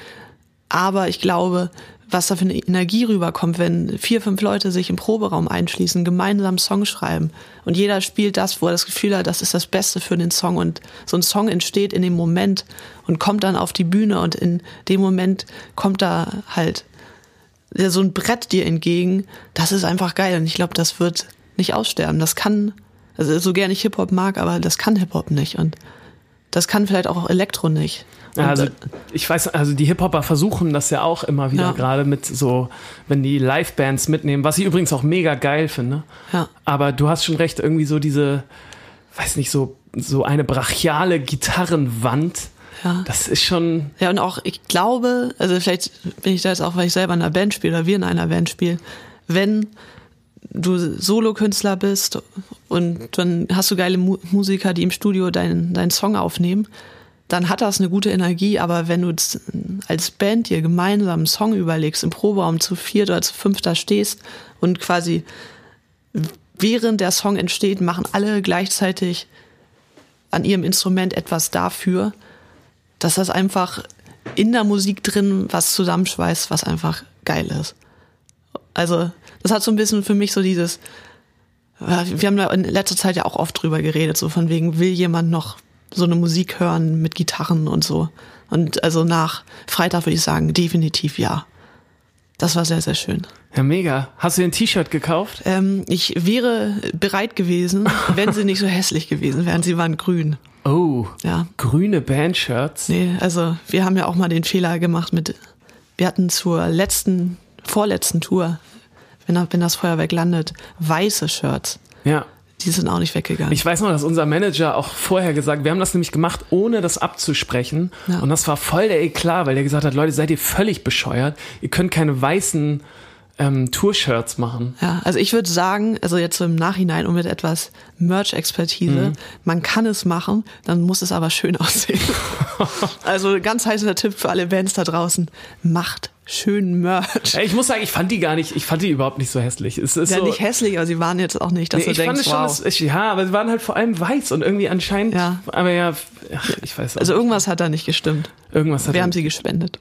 [SPEAKER 3] aber ich glaube, was da für eine Energie rüberkommt, wenn vier, fünf Leute sich im Proberaum einschließen, gemeinsam einen Song schreiben und jeder spielt das, wo er das Gefühl hat, das ist das Beste für den Song und so ein Song entsteht in dem Moment und kommt dann auf die Bühne und in dem Moment kommt da halt ja, so ein Brett dir entgegen, das ist einfach geil. Und ich glaube, das wird nicht aussterben. Das kann, also so gerne ich Hip-Hop mag, aber das kann Hip-Hop nicht. Und das kann vielleicht auch Elektro nicht. Und,
[SPEAKER 2] Ja, also
[SPEAKER 3] äh,
[SPEAKER 2] ich weiß, also die Hip-Hopper versuchen das ja auch immer wieder,
[SPEAKER 3] Ja.
[SPEAKER 2] gerade mit so, wenn die Live-Bands mitnehmen, was ich übrigens auch mega geil finde.
[SPEAKER 3] Ja.
[SPEAKER 2] Aber du hast schon recht, irgendwie so diese, weiß nicht, so, so eine brachiale Gitarrenwand.
[SPEAKER 3] Ja.
[SPEAKER 2] Das ist schon,
[SPEAKER 3] ja, und auch, ich glaube, also vielleicht bin ich da jetzt auch, weil ich selber in einer Band spiele oder wir in einer Band spielen, wenn du Solokünstler bist und dann hast du geile Mu Musiker, die im Studio deinen deinen Song aufnehmen, dann hat das eine gute Energie, aber wenn du z- als Band dir gemeinsam einen Song überlegst, im Proberaum zu viert oder zu fünft da stehst und quasi während der Song entsteht, machen alle gleichzeitig an ihrem Instrument etwas dafür, dass das einfach in der Musik drin was zusammenschweißt, was einfach geil ist. Also, das hat so ein bisschen für mich so dieses, äh, wir haben da in letzter Zeit ja auch oft drüber geredet, so von wegen, will jemand noch so eine Musik hören mit Gitarren und so. Und also nach Freitag würde ich sagen, definitiv ja. Das war sehr, sehr schön.
[SPEAKER 2] ja mega. Hast du dir ein T-Shirt gekauft?
[SPEAKER 3] Ähm, ich wäre bereit gewesen, wenn sie nicht so hässlich gewesen wären. Sie waren grün.
[SPEAKER 2] Oh,
[SPEAKER 3] Ja.
[SPEAKER 2] grüne Bandshirts.
[SPEAKER 3] Nee, also wir haben ja auch mal den Fehler gemacht mit, wir hatten zur letzten, vorletzten Tour, wenn, da- wenn das Feuerwerk landet, weiße Shirts.
[SPEAKER 2] Ja.
[SPEAKER 3] Die sind auch nicht weggegangen.
[SPEAKER 2] Ich weiß noch, dass unser Manager auch vorher gesagt, wir haben das nämlich gemacht, ohne das abzusprechen.
[SPEAKER 3] Ja.
[SPEAKER 2] Und das war voll der Eklat, weil der gesagt hat, Leute, seid ihr völlig bescheuert. Ihr könnt keine weißen ähm, Tour-Shirts machen.
[SPEAKER 3] Ja, also ich würde sagen, also jetzt so im Nachhinein und mit etwas
[SPEAKER 2] Mhm.
[SPEAKER 3] Merch-Expertise, man kann es machen, dann muss es aber schön [laughs] aussehen. also ganz heißer Tipp für alle Bands da draußen, macht schön Merch.
[SPEAKER 2] Ey, Ich muss sagen, ich fand die gar nicht, ich fand die überhaupt nicht so hässlich. Es ist
[SPEAKER 3] Ja,
[SPEAKER 2] so,
[SPEAKER 3] nicht hässlich, aber sie waren jetzt auch nicht, dass
[SPEAKER 2] Nee,
[SPEAKER 3] du denkst,
[SPEAKER 2] schon,
[SPEAKER 3] wow.
[SPEAKER 2] dass- ich, ja, aber sie waren halt vor allem weiß und irgendwie anscheinend,
[SPEAKER 3] Ja.
[SPEAKER 2] aber ja, ach, ich weiß auch
[SPEAKER 3] also
[SPEAKER 2] nicht.
[SPEAKER 3] irgendwas hat da nicht gestimmt.
[SPEAKER 2] irgendwas hat
[SPEAKER 3] Wir haben sie gespendet.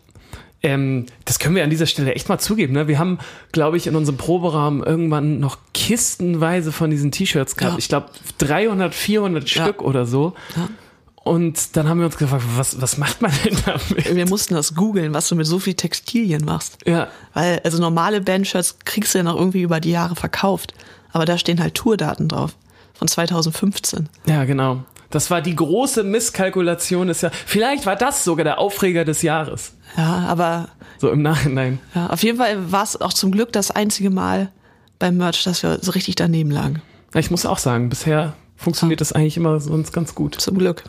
[SPEAKER 2] ähm, das können wir an dieser Stelle echt mal zugeben. Ne? Wir haben, glaube ich, in unserem Proberaum irgendwann noch kistenweise von diesen T-Shirts gehabt.
[SPEAKER 3] Ja.
[SPEAKER 2] Ich glaube 300, 400
[SPEAKER 3] Ja.
[SPEAKER 2] Stück oder so.
[SPEAKER 3] Ja.
[SPEAKER 2] Und dann haben wir uns gefragt, was, was macht man denn damit?
[SPEAKER 3] Wir mussten das googeln, was du mit so viel Textilien machst.
[SPEAKER 2] Ja,
[SPEAKER 3] Weil, also normale Bandshirts kriegst du ja noch irgendwie über die Jahre verkauft. Aber da stehen halt Tourdaten drauf. Von 2015.
[SPEAKER 2] ja, genau. Das war die große Misskalkulation des Jahres. Vielleicht war das sogar der Aufreger des Jahres.
[SPEAKER 3] Ja, aber
[SPEAKER 2] So im Nachhinein.
[SPEAKER 3] ja, auf jeden Fall war es auch zum Glück das einzige Mal beim Merch, dass wir so richtig daneben lagen.
[SPEAKER 2] Ja, Ich muss auch sagen, bisher funktioniert das eigentlich immer sonst ganz gut.
[SPEAKER 3] Zum Glück.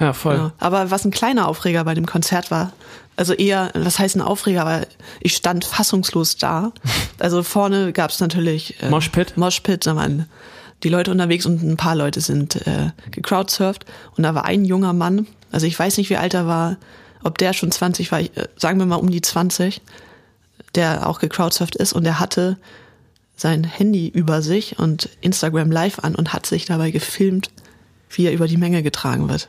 [SPEAKER 2] Ja, voll.
[SPEAKER 3] Ja. Genau. Aber was ein kleiner Aufreger bei dem Konzert war, also eher, was heißt ein Aufreger, weil ich stand fassungslos
[SPEAKER 2] [laughs]
[SPEAKER 3] da. Also vorne gab es natürlich äh,
[SPEAKER 2] Moshpit?
[SPEAKER 3] Moshpit, da waren die Leute unterwegs und ein paar Leute sind äh, gecrowdsurft und da war ein junger Mann, also ich weiß nicht, wie alt er war, ob der schon 20 war, ich, äh, sagen wir mal um die 20, der auch gecrowdsurft ist und der hatte sein Handy über sich und Instagram live an und hat sich dabei gefilmt, wie er über die Menge getragen wird.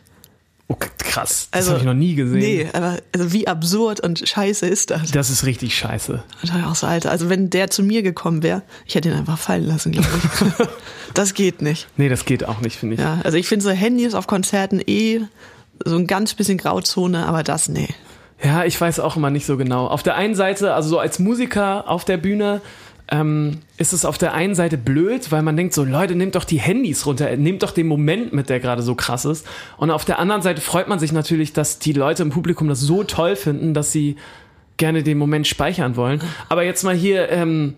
[SPEAKER 2] Oh, krass. Das
[SPEAKER 3] Also-
[SPEAKER 2] habe ich noch nie gesehen.
[SPEAKER 3] Nee, aber also wie absurd und scheiße ist das?
[SPEAKER 2] Das ist richtig scheiße.
[SPEAKER 3] Und da hab ich auch so, Alter, also wenn der zu mir gekommen wäre, ich hätte ihn einfach fallen lassen, glaube
[SPEAKER 2] [laughs]
[SPEAKER 3] ich. das geht nicht.
[SPEAKER 2] Nee, das geht auch nicht, finde ich.
[SPEAKER 3] Ja, also ich finde so Handys auf Konzerten eh so ein ganz bisschen Grauzone, aber das nee.
[SPEAKER 2] Ja, ich weiß auch immer nicht so genau. Auf der einen Seite, also so als Musiker auf der Bühne, ähm, ist es auf der einen Seite blöd, weil man denkt so, Leute, nehmt doch die Handys runter, nehmt doch den Moment mit, der gerade so krass ist. Und auf der anderen Seite freut man sich natürlich, dass die Leute im Publikum das so toll finden, dass sie gerne den Moment speichern wollen. Aber jetzt mal hier, ähm,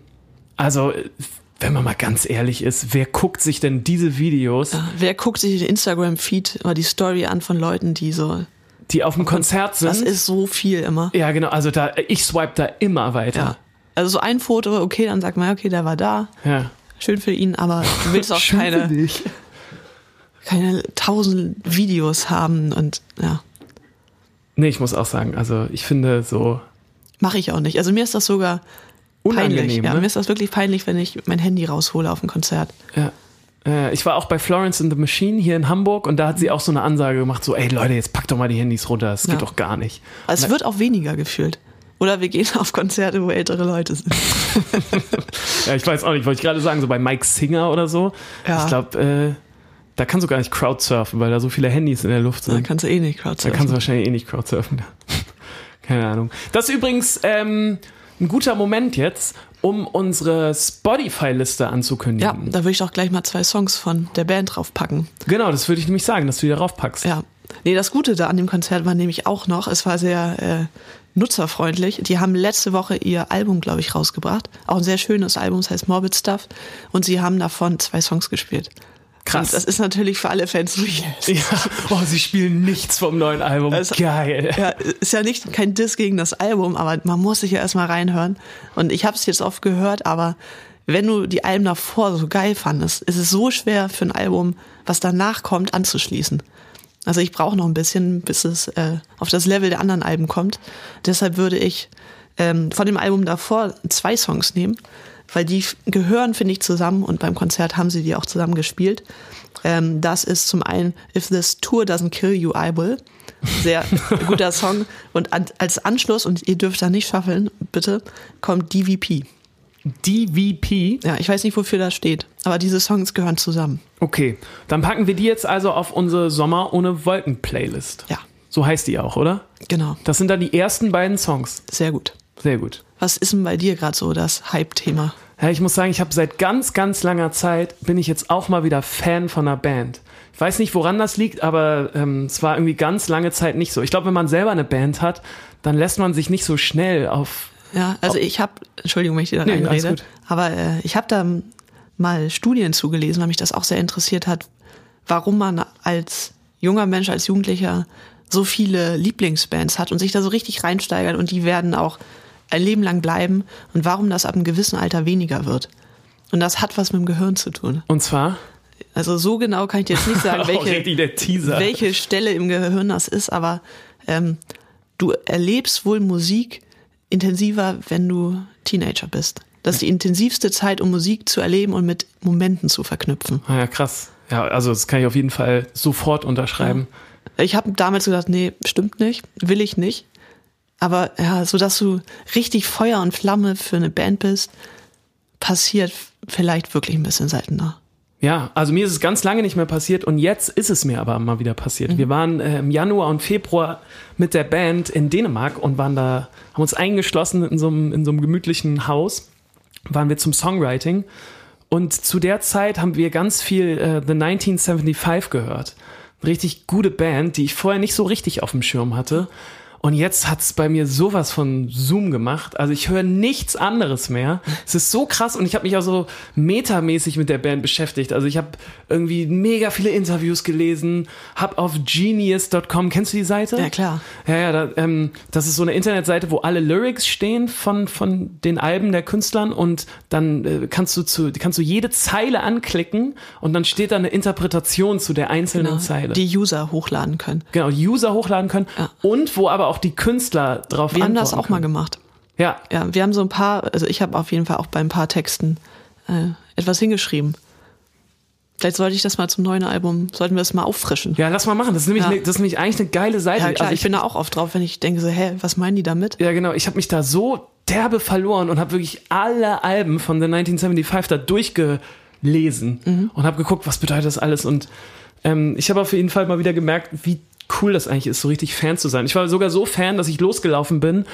[SPEAKER 2] also äh, wenn man mal ganz ehrlich ist, wer guckt sich denn diese Videos,
[SPEAKER 3] Wer guckt sich den Instagram-Feed oder die Story an von Leuten, die so.
[SPEAKER 2] die auf dem Konzert sind?
[SPEAKER 3] Das ist so viel immer.
[SPEAKER 2] ja, genau, also da, ich swipe da immer weiter.
[SPEAKER 3] Ja. Also so ein Foto, okay, dann sagt man, ja, okay, der war da.
[SPEAKER 2] ja.
[SPEAKER 3] Schön für ihn, aber du willst auch
[SPEAKER 2] [laughs] Schön für
[SPEAKER 3] keine,
[SPEAKER 2] dich.
[SPEAKER 3] keine tausend Videos haben und ja.
[SPEAKER 2] Nee, ich muss auch sagen, also ich finde so
[SPEAKER 3] Mache ich auch nicht. Also mir ist das sogar peinlich.
[SPEAKER 2] unangenehm.
[SPEAKER 3] Ja,
[SPEAKER 2] ne?
[SPEAKER 3] mir ist das wirklich peinlich, wenn ich mein Handy raushole auf ein Konzert.
[SPEAKER 2] Ja. Äh, Ich war auch bei Florence in the Machine hier in Hamburg und da hat sie auch so eine Ansage gemacht, so, ey Leute, jetzt packt doch mal die Handys runter, das
[SPEAKER 3] Mhm. Ja.
[SPEAKER 2] geht doch gar nicht.
[SPEAKER 3] Also es wird auch weniger gefühlt. Oder wir gehen auf Konzerte, wo ältere
[SPEAKER 2] [laughs]
[SPEAKER 3] Leute sind.
[SPEAKER 2] Ja, ich weiß auch nicht, wollte ich gerade sagen, so bei Mike Singer oder so.
[SPEAKER 3] Ja.
[SPEAKER 2] Ich glaube, äh, da kannst du gar nicht crowdsurfen, weil da so viele Handys in der Luft
[SPEAKER 3] Da
[SPEAKER 2] sind.
[SPEAKER 3] kannst du eh nicht
[SPEAKER 2] Da kannst du
[SPEAKER 3] crowdsurfen.
[SPEAKER 2] wahrscheinlich eh nicht crowdsurfen. [laughs] Keine Ahnung. Das ist übrigens ähm, ein guter Moment jetzt, um unsere Spotify-Liste
[SPEAKER 3] Ja,
[SPEAKER 2] anzukündigen.
[SPEAKER 3] da würde ich doch gleich mal zwei Songs von der Band draufpacken.
[SPEAKER 2] Genau, das würde ich nämlich sagen, dass du die darauf packst.
[SPEAKER 3] Ja. Nee, das Gute da an dem Konzert war nämlich auch noch, es war sehr äh, nutzerfreundlich. Die haben letzte Woche ihr Album, glaube ich, rausgebracht. Auch ein sehr schönes Album, es heißt Morbid Stuff. Und sie haben davon zwei Songs gespielt.
[SPEAKER 2] Krass.
[SPEAKER 3] Und das ist natürlich für alle Fans so, yes.
[SPEAKER 2] Ja, oh, sie spielen nichts vom neuen Album.
[SPEAKER 3] Also-
[SPEAKER 2] Geil.
[SPEAKER 3] [laughs] Ja, ist ja nicht kein Diss gegen das Album, aber man muss sich ja erstmal reinhören. Und ich habe es jetzt oft gehört, aber wenn du die Alben davor so geil fandest, ist es so schwer für ein Album, was danach kommt, anzuschließen. Also ich brauche noch ein bisschen, bis es äh, auf das Level der anderen Alben kommt. Deshalb würde ich ähm, von dem Album davor zwei Songs nehmen, weil die f- gehören, finde ich, zusammen und beim Konzert haben sie die auch zusammen gespielt. Ähm, das ist zum einen If This Tour Doesn't Kill You, I Will. Sehr guter Song. Und an, als Anschluss, und ihr dürft da nicht schaffeln, bitte, kommt DVP.
[SPEAKER 2] DVP.
[SPEAKER 3] Ja, ich weiß nicht, wofür das steht, aber diese Songs gehören zusammen.
[SPEAKER 2] Okay, dann packen wir die jetzt also auf unsere Sommer ohne Wolken Playlist.
[SPEAKER 3] Ja.
[SPEAKER 2] So heißt die auch, oder?
[SPEAKER 3] Genau,
[SPEAKER 2] Das sind dann die ersten beiden Songs.
[SPEAKER 3] sehr gut.
[SPEAKER 2] Sehr gut.
[SPEAKER 3] Was ist denn bei dir gerade so das Hype-Thema?
[SPEAKER 2] Ja, ich muss sagen, ich habe seit ganz, ganz langer Zeit bin ich jetzt auch mal wieder Fan von einer Band. Ich weiß nicht, woran das liegt, aber ähm, es war irgendwie ganz lange Zeit nicht so. Ich glaube, wenn man selber eine Band hat, dann lässt man sich nicht so schnell auf.
[SPEAKER 3] Ja, also ich habe, Entschuldigung, wenn ich dir da
[SPEAKER 2] Nee, alles
[SPEAKER 3] reinrede,
[SPEAKER 2] gut.
[SPEAKER 3] aber äh, ich habe da mal Studien zugelesen, weil mich das auch sehr interessiert hat, warum man als junger Mensch, als Jugendlicher so viele Lieblingsbands hat und sich da so richtig reinsteigert und die werden auch ein Leben lang bleiben und warum das ab einem gewissen Alter weniger wird. Und das hat was mit dem Gehirn zu tun.
[SPEAKER 2] Und zwar?
[SPEAKER 3] Also so genau kann ich
[SPEAKER 2] [laughs]
[SPEAKER 3] jetzt nicht sagen,
[SPEAKER 2] Oh, richtig, der
[SPEAKER 3] welche,
[SPEAKER 2] Teaser.
[SPEAKER 3] welche Stelle im Gehirn das ist, aber ähm, du erlebst wohl Musik intensiver, wenn du Teenager bist. Das ist die intensivste Zeit, um Musik zu erleben und mit Momenten zu verknüpfen.
[SPEAKER 2] Ah, ja, krass. Ja, also das kann ich auf jeden Fall sofort unterschreiben.
[SPEAKER 3] Ich habe damals gesagt, nee, stimmt nicht, will ich nicht. Aber ja, so dass du richtig Feuer und Flamme für eine Band bist, passiert vielleicht wirklich ein bisschen seltener.
[SPEAKER 2] Ja, also mir ist es ganz lange nicht mehr passiert und jetzt ist es mir aber mal wieder passiert. Wir waren äh, im Januar und Februar mit der Band in Dänemark und waren da, haben uns eingeschlossen in so einem, in so einem gemütlichen Haus, waren wir zum Songwriting und zu der Zeit haben wir ganz viel äh, The 1975 gehört. Eine richtig gute Band, die ich vorher nicht so richtig auf dem Schirm hatte. Und jetzt hat's bei mir sowas von Zoom gemacht. Also ich höre nichts anderes mehr. Es ist so krass und ich habe mich auch so metamäßig mit der Band beschäftigt. Also ich habe irgendwie mega viele Interviews gelesen, hab auf genius.com, kennst du die Seite?
[SPEAKER 3] Ja, klar.
[SPEAKER 2] Ja, ja, da, ähm, das ist so eine Internetseite, wo alle Lyrics stehen von, von den Alben der Künstlern und dann äh, kannst, du zu, kannst du jede Zeile anklicken und dann steht da eine Interpretation zu der einzelnen Zeile.
[SPEAKER 3] Genau. Die User hochladen können.
[SPEAKER 2] genau, User hochladen können
[SPEAKER 3] Ja.
[SPEAKER 2] und wo aber auch die Künstler drauf
[SPEAKER 3] Wir haben
[SPEAKER 2] antworten
[SPEAKER 3] das auch mal
[SPEAKER 2] können.
[SPEAKER 3] gemacht.
[SPEAKER 2] Ja,
[SPEAKER 3] Ja, wir haben so ein paar, also ich habe auf jeden Fall auch bei ein paar Texten äh, etwas hingeschrieben. Vielleicht sollte ich das mal zum neuen Album, sollten wir das mal auffrischen.
[SPEAKER 2] ja, lass mal machen. Das ist nämlich,
[SPEAKER 3] Ja.
[SPEAKER 2] ne, das ist nämlich eigentlich eine geile Seite.
[SPEAKER 3] Ja, klar,
[SPEAKER 2] Also
[SPEAKER 3] ich, bin da auch oft drauf, wenn ich denke so, hä, was meinen die damit?
[SPEAKER 2] Ja, genau. Ich habe mich da so derbe verloren und habe wirklich alle Alben von The 1975 da durchgelesen und habe geguckt, was bedeutet das alles. Und ähm, ich habe auf jeden Fall mal wieder gemerkt, wie cool das eigentlich ist, so richtig Fan zu sein. Ich war sogar so Fan, dass ich losgelaufen bin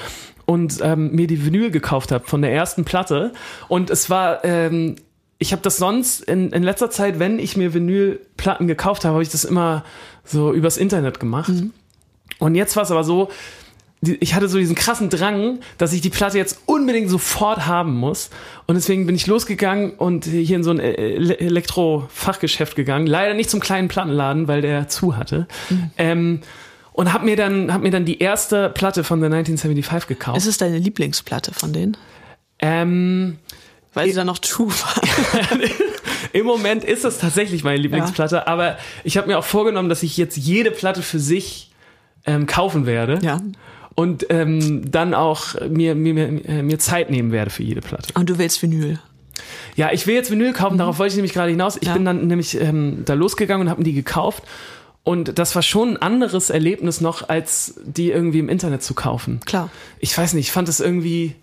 [SPEAKER 2] und ähm, mir die Vinyl gekauft habe von der ersten Platte. Und es war ähm, ich habe das sonst in, in letzter Zeit, wenn ich mir Vinylplatten gekauft habe, habe ich das immer so übers Internet gemacht. Und jetzt war es aber so, die, ich hatte so diesen krassen Drang, dass ich die Platte jetzt unbedingt sofort haben muss. Und deswegen bin ich losgegangen und hier in so ein Ele- Elektrofachgeschäft gegangen. Leider nicht zum kleinen Plattenladen, weil der zu hatte. Ähm, und habe mir, dann, hab mir dann die erste Platte von The 1975 gekauft.
[SPEAKER 3] Ist es deine Lieblingsplatte von denen?
[SPEAKER 2] ähm,
[SPEAKER 3] Weil sie da noch
[SPEAKER 2] [laughs]
[SPEAKER 3] true war.
[SPEAKER 2] Im Moment ist das tatsächlich meine Lieblingsplatte, aber ich habe mir auch vorgenommen, dass ich jetzt jede Platte für sich ähm, kaufen werde
[SPEAKER 3] ja.
[SPEAKER 2] und ähm, dann auch mir, mir, mir, äh, mir Zeit nehmen werde für jede Platte.
[SPEAKER 3] Und du willst Vinyl.
[SPEAKER 2] Ja, ich will jetzt Vinyl kaufen, darauf wollte ich nämlich gerade hinaus. Ich
[SPEAKER 3] Mhm. Ja.
[SPEAKER 2] bin dann nämlich ähm, da losgegangen und habe mir die gekauft. Und das war schon ein anderes Erlebnis noch, als die irgendwie im Internet zu kaufen
[SPEAKER 3] Klar.
[SPEAKER 2] ich weiß nicht, ich fand es irgendwie.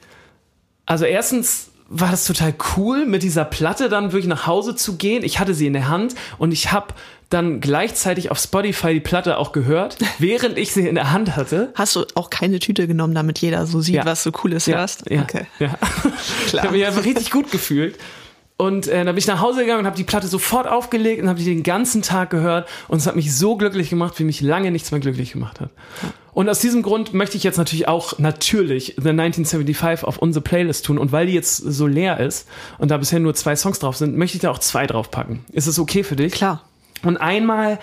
[SPEAKER 2] Also erstens war das total cool, mit dieser Platte dann wirklich nach Hause zu gehen. Ich hatte sie in der Hand und ich habe dann gleichzeitig auf Spotify die Platte auch gehört, während ich sie in der Hand hatte.
[SPEAKER 3] Hast du auch keine Tüte genommen, damit jeder so sieht,
[SPEAKER 2] Ja.
[SPEAKER 3] was du cooles
[SPEAKER 2] Ja,
[SPEAKER 3] hörst?
[SPEAKER 2] ja,
[SPEAKER 3] Okay. [laughs]
[SPEAKER 2] ja. Ich
[SPEAKER 3] Klar.
[SPEAKER 2] habe mich einfach richtig gut gefühlt. Und äh, dann bin ich nach Hause gegangen und habe die Platte sofort aufgelegt und habe die den ganzen Tag gehört. Und es hat mich so glücklich gemacht, wie mich lange nichts mehr glücklich gemacht hat. Und aus diesem Grund möchte ich jetzt natürlich auch natürlich The 1975 auf unsere Playlist tun. Und weil die jetzt so leer ist und da bisher nur zwei Songs drauf sind, möchte ich da auch zwei draufpacken. Ist das okay für dich?
[SPEAKER 3] Klar.
[SPEAKER 2] Und einmal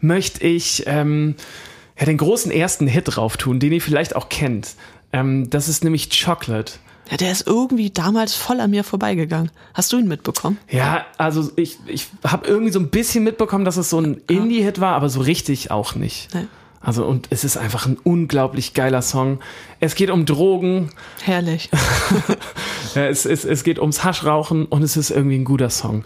[SPEAKER 2] möchte ich ähm, ja, den großen ersten Hit drauf tun, den ihr vielleicht auch kennt. Ähm, das ist nämlich Chocolate.
[SPEAKER 3] Ja, der ist irgendwie damals voll an mir vorbeigegangen. Hast du ihn mitbekommen?
[SPEAKER 2] Ja, also ich, ich habe irgendwie so ein bisschen mitbekommen, dass es so ein Indie-Hit war, aber so richtig auch nicht.
[SPEAKER 3] Nee.
[SPEAKER 2] Also und es ist einfach ein unglaublich geiler Song. Es geht um Drogen,
[SPEAKER 3] Herrlich.
[SPEAKER 2] äh, es, es, es geht ums Haschrauchen und es ist irgendwie ein guter Song.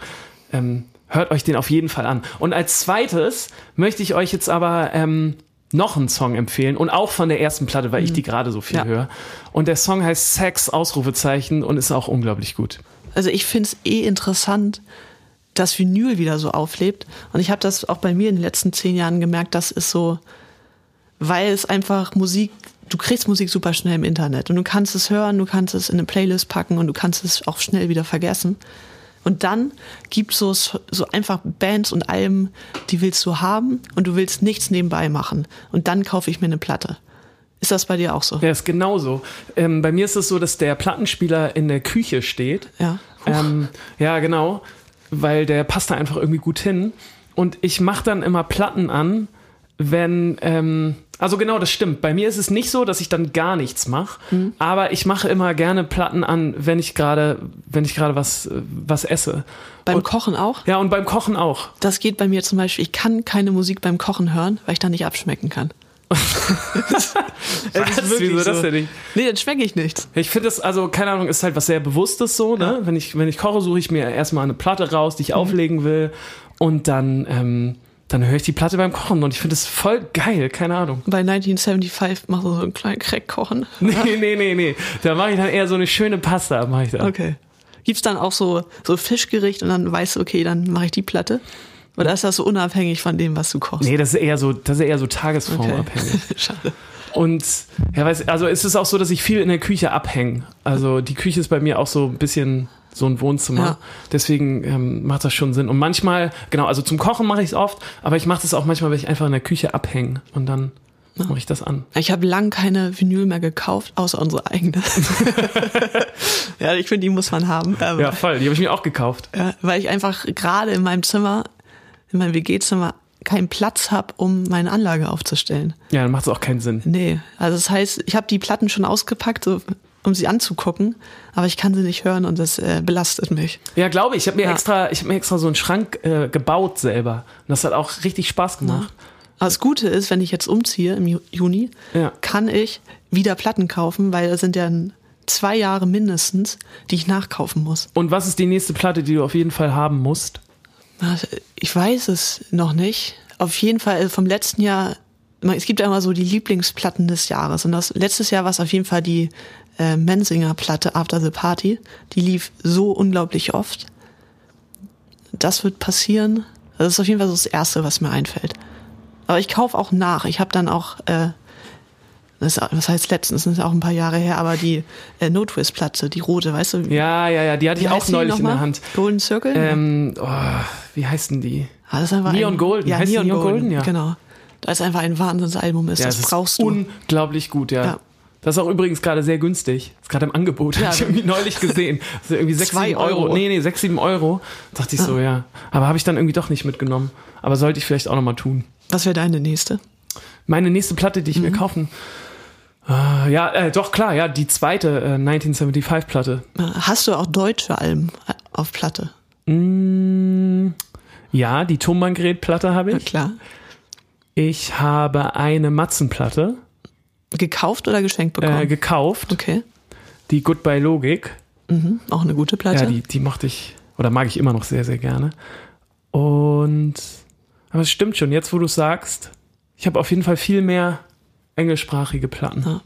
[SPEAKER 2] Ähm, hört euch den auf jeden Fall an. Und als zweites möchte ich euch jetzt aber ähm, noch einen Song empfehlen und auch von der ersten Platte, weil ich die gerade so viel
[SPEAKER 3] Ja.
[SPEAKER 2] höre. Und der Song heißt Sex, Ausrufezeichen und ist auch unglaublich gut.
[SPEAKER 3] Also ich find's eh interessant, dass Vinyl wieder so auflebt. Und ich habe das auch bei mir in den letzten zehn Jahren gemerkt, das ist so, weil es einfach Musik, du kriegst Musik super schnell im Internet und du kannst es hören, du kannst es in eine Playlist packen und du kannst es auch schnell wieder vergessen. Und dann gibt's so, so einfach Bands und Alben, die willst du haben und du willst nichts nebenbei machen. Und dann kaufe ich mir eine Platte. Ist das bei dir auch so?
[SPEAKER 2] Ja, ist genauso. Ähm, bei mir ist es so, dass der Plattenspieler in der Küche steht.
[SPEAKER 3] Ja.
[SPEAKER 2] Ähm, ja, genau. Weil der passt da einfach irgendwie gut hin. Und ich mache dann immer Platten an, wenn, ähm, also genau, das stimmt. Bei mir ist es nicht so, dass ich dann gar nichts mache, aber ich mache immer gerne Platten an, wenn ich gerade, wenn ich gerade was, äh, was esse.
[SPEAKER 3] Beim
[SPEAKER 2] und,
[SPEAKER 3] Kochen auch?
[SPEAKER 2] Ja, und beim Kochen auch.
[SPEAKER 3] Das geht bei mir zum Beispiel. Ich kann keine Musik beim Kochen hören, weil ich da nicht abschmecken kann. Es
[SPEAKER 2] Was? [laughs] Wieso das denn nicht?
[SPEAKER 3] Nee, dann schmecke ich nichts.
[SPEAKER 2] Ich finde das, also keine Ahnung, ist halt was sehr Bewusstes so, ne? Wenn, ich, wenn ich koche, suche ich mir erstmal eine Platte raus, die ich auflegen will und dann, ähm, dann höre ich die Platte beim Kochen und ich finde das voll geil, keine Ahnung. [laughs]
[SPEAKER 3] Bei 1975 machst du so einen kleinen Crack kochen.
[SPEAKER 2] Nee, nee, nee, nee. Da mache ich dann eher so eine schöne Pasta, mache ich da.
[SPEAKER 3] Okay. Gibt's dann auch so, so Fischgericht und dann weißt du, okay, dann mache ich die Platte? Oder ist das so unabhängig von dem, was du kochst?
[SPEAKER 2] Nee, das ist eher so, das ist eher so tagesformabhängig.
[SPEAKER 3] [laughs] Schade.
[SPEAKER 2] Und ja, weiß, also es ist auch so, dass ich viel in der Küche abhänge. Also die Küche ist bei mir auch so ein bisschen so ein Wohnzimmer.
[SPEAKER 3] Ja.
[SPEAKER 2] Deswegen ähm, macht das schon Sinn. Und manchmal, genau, also zum Kochen mache ich es oft, aber ich mache das auch manchmal, weil ich einfach in der Küche abhänge und dann mache ich das an.
[SPEAKER 3] Ich habe lang keine Vinyl mehr gekauft, außer unsere eigene.
[SPEAKER 2] [laughs]
[SPEAKER 3] ja, ich finde, die muss man haben. Ähm,
[SPEAKER 2] Ja, voll. Die habe ich mir auch gekauft.
[SPEAKER 3] Ja, weil ich einfach gerade in meinem Zimmer, in meinem WG-Zimmer, keinen Platz habe, um meine Anlage aufzustellen.
[SPEAKER 2] Ja, dann macht es auch keinen Sinn.
[SPEAKER 3] Nee, also das heißt, ich habe die Platten schon ausgepackt, so, um sie anzugucken, aber ich kann sie nicht hören und das äh, belastet mich.
[SPEAKER 2] Ja, glaube ich. Ich habe mir
[SPEAKER 3] Ja.
[SPEAKER 2] extra, ich habe mir extra so einen Schrank äh, gebaut selber. Und das hat auch richtig Spaß gemacht.
[SPEAKER 3] Aber das Gute ist, wenn ich jetzt umziehe im Ju- Juni,
[SPEAKER 2] Ja.
[SPEAKER 3] kann ich wieder Platten kaufen, weil das sind ja n- zwei Jahre mindestens, die ich nachkaufen muss.
[SPEAKER 2] Und was ist die nächste Platte, die du auf jeden Fall haben musst?
[SPEAKER 3] Na, Ich weiß es noch nicht. Auf jeden Fall äh, vom letzten Jahr, man- es gibt ja immer so die Lieblingsplatten des Jahres. Und das letztes Jahr war es auf jeden Fall die äh, Mensinger Platte After the Party. Die lief so unglaublich oft. Das wird passieren. Das ist auf jeden Fall so das Erste, was mir einfällt. Aber ich kaufe auch nach. Ich habe dann auch, äh, das, was heißt letztens, das ist auch ein paar Jahre her, aber die äh, No Twist Platte, die rote, weißt du?
[SPEAKER 2] Ja, ja, ja. Die hatte
[SPEAKER 3] Wie
[SPEAKER 2] ich auch
[SPEAKER 3] heißt die
[SPEAKER 2] neulich in der
[SPEAKER 3] nochmal?
[SPEAKER 2] Hand.
[SPEAKER 3] Golden Circle?
[SPEAKER 2] Ähm, oh, wie heißen die?
[SPEAKER 3] Ah, das ist einfach
[SPEAKER 2] Neon
[SPEAKER 3] ein,
[SPEAKER 2] Golden.
[SPEAKER 3] Ja,
[SPEAKER 2] Heißt die
[SPEAKER 3] Neon,
[SPEAKER 2] Neon
[SPEAKER 3] Golden,
[SPEAKER 2] Golden? Ja.
[SPEAKER 3] genau. Da ist einfach ein Wahnsinnsalbum ist. das
[SPEAKER 2] es
[SPEAKER 3] brauchst
[SPEAKER 2] ist
[SPEAKER 3] du.
[SPEAKER 2] Unglaublich gut, ja.
[SPEAKER 3] Ja.
[SPEAKER 2] Das ist auch übrigens gerade sehr günstig. Ist gerade im Angebot.
[SPEAKER 3] Ja,
[SPEAKER 2] Habe ich
[SPEAKER 3] du-
[SPEAKER 2] irgendwie neulich gesehen. Also irgendwie 6,
[SPEAKER 3] Zwei
[SPEAKER 2] 7 Euro.
[SPEAKER 3] Euro. Ah.
[SPEAKER 2] Nee, nee, 6, 7 Euro. Dachte ich so, ja. Aber habe ich dann irgendwie doch nicht mitgenommen. Aber sollte ich vielleicht auch nochmal tun.
[SPEAKER 3] Was wäre deine nächste?
[SPEAKER 2] Meine nächste Platte, die ich
[SPEAKER 3] Mhm.
[SPEAKER 2] mir kaufen. Ah, ja, äh, doch, klar, ja. Die zweite äh, 1975-Platte.
[SPEAKER 3] Hast du auch deutsche Alben äh, auf Platte?
[SPEAKER 2] Ja, die Tonbandgerät-Platte habe
[SPEAKER 3] Na
[SPEAKER 2] ich.
[SPEAKER 3] klar.
[SPEAKER 2] Ich habe eine Matzenplatte
[SPEAKER 3] Gekauft oder geschenkt bekommen?
[SPEAKER 2] äh, gekauft.
[SPEAKER 3] okay.
[SPEAKER 2] Die Goodbye Logik.
[SPEAKER 3] Mhm. Auch eine gute Platte.
[SPEAKER 2] Ja, die, die mochte ich oder mag ich immer noch sehr, sehr gerne. Und aber es stimmt schon, jetzt wo du es sagst, ich habe auf jeden Fall viel mehr englischsprachige Platten.
[SPEAKER 3] Ja.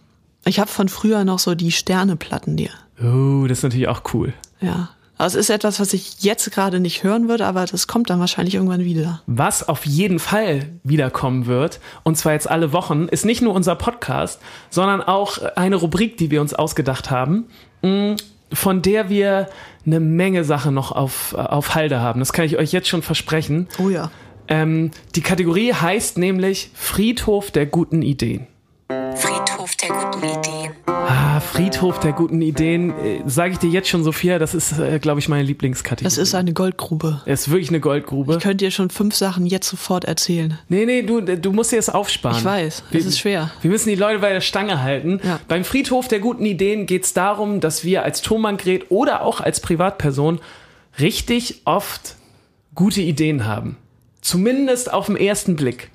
[SPEAKER 3] Ich habe von früher noch so die Sterneplatten dir.
[SPEAKER 2] Oh, das ist natürlich auch cool.
[SPEAKER 3] Ja. Aber es ist etwas, was ich jetzt gerade nicht hören würde, aber das kommt dann wahrscheinlich irgendwann wieder.
[SPEAKER 2] Was auf jeden Fall wiederkommen wird, und zwar jetzt alle Wochen, ist nicht nur unser Podcast, sondern auch eine Rubrik, die wir uns ausgedacht haben, mh, von der wir eine Menge Sachen noch auf, äh, auf Halde haben. Das kann ich euch jetzt schon versprechen.
[SPEAKER 3] Oh ja.
[SPEAKER 2] Ähm, die Kategorie heißt nämlich Friedhof der guten Ideen.
[SPEAKER 1] Friedhof der guten Ideen.
[SPEAKER 2] Ah, Friedhof der guten Ideen, äh, sage ich dir jetzt schon, Sophia, das ist, äh, glaube ich, meine Lieblingskategorie.
[SPEAKER 3] Das ist eine Goldgrube.
[SPEAKER 2] Es ist wirklich eine Goldgrube.
[SPEAKER 3] Ich könnte dir schon fünf Sachen jetzt sofort erzählen.
[SPEAKER 2] Nee, nee, du, du musst dir das aufsparen.
[SPEAKER 3] Ich weiß,
[SPEAKER 2] Wir-
[SPEAKER 3] es ist schwer.
[SPEAKER 2] Wir müssen die Leute bei der Stange halten.
[SPEAKER 3] Ja.
[SPEAKER 2] Beim Friedhof der guten Ideen geht es darum, dass wir als Thomann-Gret oder auch als Privatperson richtig oft gute Ideen haben. Zumindest auf den ersten Blick.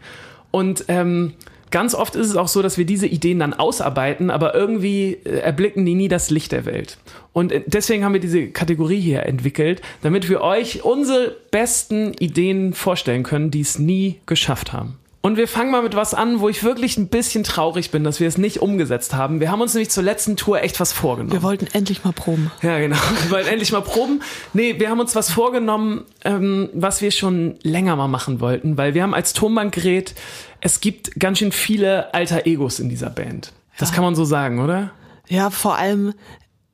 [SPEAKER 2] Und ähm, ganz oft ist es auch so, dass wir diese Ideen dann ausarbeiten, aber irgendwie äh, erblicken die nie das Licht der Welt. Und äh, deswegen haben wir diese Kategorie hier entwickelt, damit wir euch unsere besten Ideen vorstellen können, die es nie geschafft haben. Und wir fangen mal mit was an, wo ich wirklich ein bisschen traurig bin, dass wir es nicht umgesetzt haben. Wir haben uns nämlich zur letzten Tour echt was vorgenommen.
[SPEAKER 3] Wir wollten endlich mal proben.
[SPEAKER 2] Ja, genau. [laughs] Wir wollen endlich mal proben. Nee, wir haben uns was vorgenommen, ähm, was wir schon länger mal machen wollten, weil wir haben als Tonbandgerät, es gibt ganz schön viele alter Egos in dieser Band. Das kann man so sagen, oder?
[SPEAKER 3] Ja, vor allem,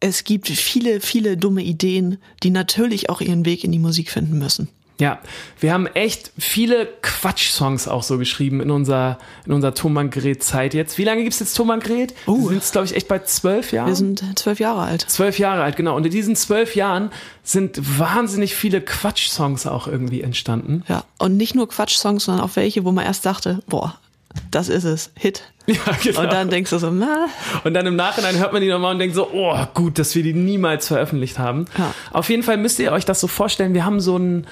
[SPEAKER 3] es gibt viele, viele dumme Ideen, die natürlich auch ihren Weg in die Musik finden müssen.
[SPEAKER 2] Ja, wir haben echt viele Quatsch-Songs auch so geschrieben in unserer, in unserer Tonbandgerät-Zeit jetzt. Wie lange gibt's jetzt Tonbandgerät?
[SPEAKER 3] Oh.
[SPEAKER 2] Wir sind jetzt, glaube ich, echt bei zwölf Jahren.
[SPEAKER 3] Wir sind zwölf Jahre alt.
[SPEAKER 2] Zwölf Jahre alt, genau. Und in diesen zwölf Jahren sind wahnsinnig viele Quatsch-Songs auch irgendwie entstanden.
[SPEAKER 3] Ja, und nicht nur Quatsch-Songs, sondern auch welche, wo man erst dachte, boah, das ist es, Hit.
[SPEAKER 2] Ja, genau.
[SPEAKER 3] Und dann denkst du so, na,
[SPEAKER 2] Und dann im Nachhinein hört man die nochmal und denkt so, oh, gut, dass wir die niemals veröffentlicht haben.
[SPEAKER 3] Ja.
[SPEAKER 2] Auf jeden Fall müsst ihr euch das so vorstellen, wir haben so einen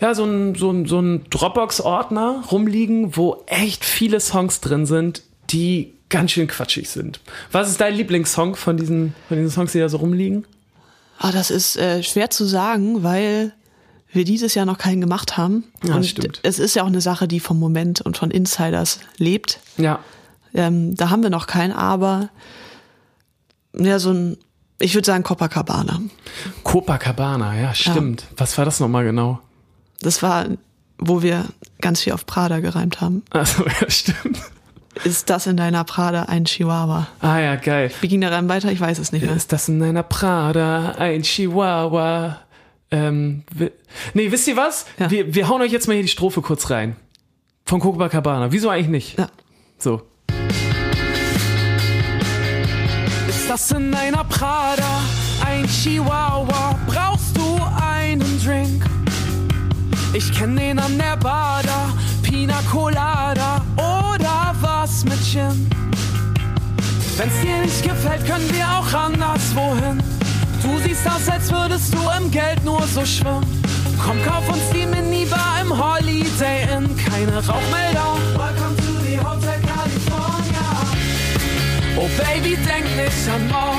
[SPEAKER 2] ja, so einen so einen- so einen Dropbox-Ordner rumliegen, wo echt viele Songs drin sind, die ganz schön quatschig sind. Was ist dein Lieblingssong von diesen, von diesen Songs, die da so rumliegen?
[SPEAKER 3] ah, das ist äh, schwer zu sagen, weil wir dieses Jahr noch keinen gemacht haben.
[SPEAKER 2] Ja,
[SPEAKER 3] und
[SPEAKER 2] stimmt.
[SPEAKER 3] es ist ja auch eine Sache, die vom Moment und von Insiders lebt.
[SPEAKER 2] Ja.
[SPEAKER 3] Ähm, da haben wir noch keinen, aber ja, so ein, ich würde sagen Copacabana.
[SPEAKER 2] Copacabana, ja, stimmt. Was war das nochmal genau?
[SPEAKER 3] Das war, wo wir ganz viel auf Prada gereimt haben.
[SPEAKER 2] Also, ja, stimmt.
[SPEAKER 3] Ist das in deiner Prada ein Chihuahua?
[SPEAKER 2] Ah ja, geil.
[SPEAKER 3] Wie ging der Reim weiter? Ich weiß es nicht mehr.
[SPEAKER 2] Ist das in einer Prada ein Chihuahua? Ähm, wi- nee, wisst ihr was?
[SPEAKER 3] Ja.
[SPEAKER 2] Wir, wir hauen euch jetzt mal hier die Strophe kurz rein. Von Copacabana. Wieso eigentlich nicht?
[SPEAKER 3] Ja.
[SPEAKER 2] So. Ist das in einer Prada ein Chihuahua? Brauchst du einen Drink? Ich kenn den an der Bar da, Pina Colada oder was mit Gin. Wenn's dir nicht gefällt, können wir auch anderswo hin. Du siehst aus, als würdest du im Geld nur so schwimmen. Komm, kauf uns die Minibar im Holiday Inn. Keine Rauchmelder. Welcome to the Hotel California. Oh Baby, denk nicht an morgen.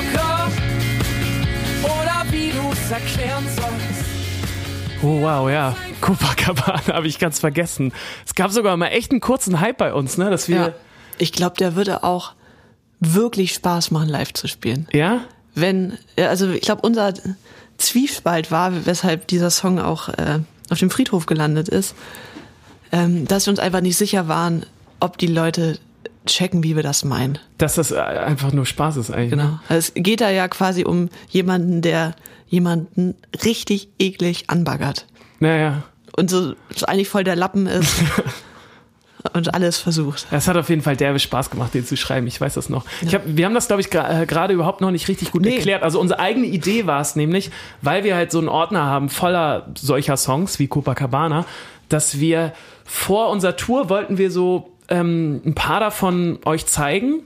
[SPEAKER 2] Oder wie du's erklären sollst. Oh wow, ja. Copacabana [laughs] habe ich ganz vergessen. Es gab sogar mal echt einen kurzen Hype bei uns, ne? Dass
[SPEAKER 3] ja.
[SPEAKER 2] wir.
[SPEAKER 3] Ich glaube, der würde auch wirklich Spaß machen, live zu spielen.
[SPEAKER 2] Ja?
[SPEAKER 3] Wenn, ja, also ich glaube, unser Zwiespalt war, weshalb dieser Song auch äh, auf dem Friedhof gelandet ist, ähm, dass wir uns einfach nicht sicher waren, ob die Leute checken, wie wir das meinen.
[SPEAKER 2] Dass das äh, einfach nur Spaß ist eigentlich. Ne?
[SPEAKER 3] Genau. Also es geht da ja quasi um jemanden, der jemanden richtig eklig anbaggert.
[SPEAKER 2] Naja.
[SPEAKER 3] Und so so eigentlich voll der Lappen ist und alles versucht.
[SPEAKER 2] Es hat auf jeden Fall derbe Spaß gemacht, den zu schreiben. Ich weiß das noch. Ich hab, wir haben das, glaube ich, gra- äh, gerade überhaupt noch nicht richtig gut
[SPEAKER 3] Nee.
[SPEAKER 2] erklärt. Also unsere eigene Idee war es nämlich, weil wir halt so einen Ordner haben voller solcher Songs wie Copacabana, dass wir vor unserer Tour wollten wir so ähm, ein paar davon euch zeigen.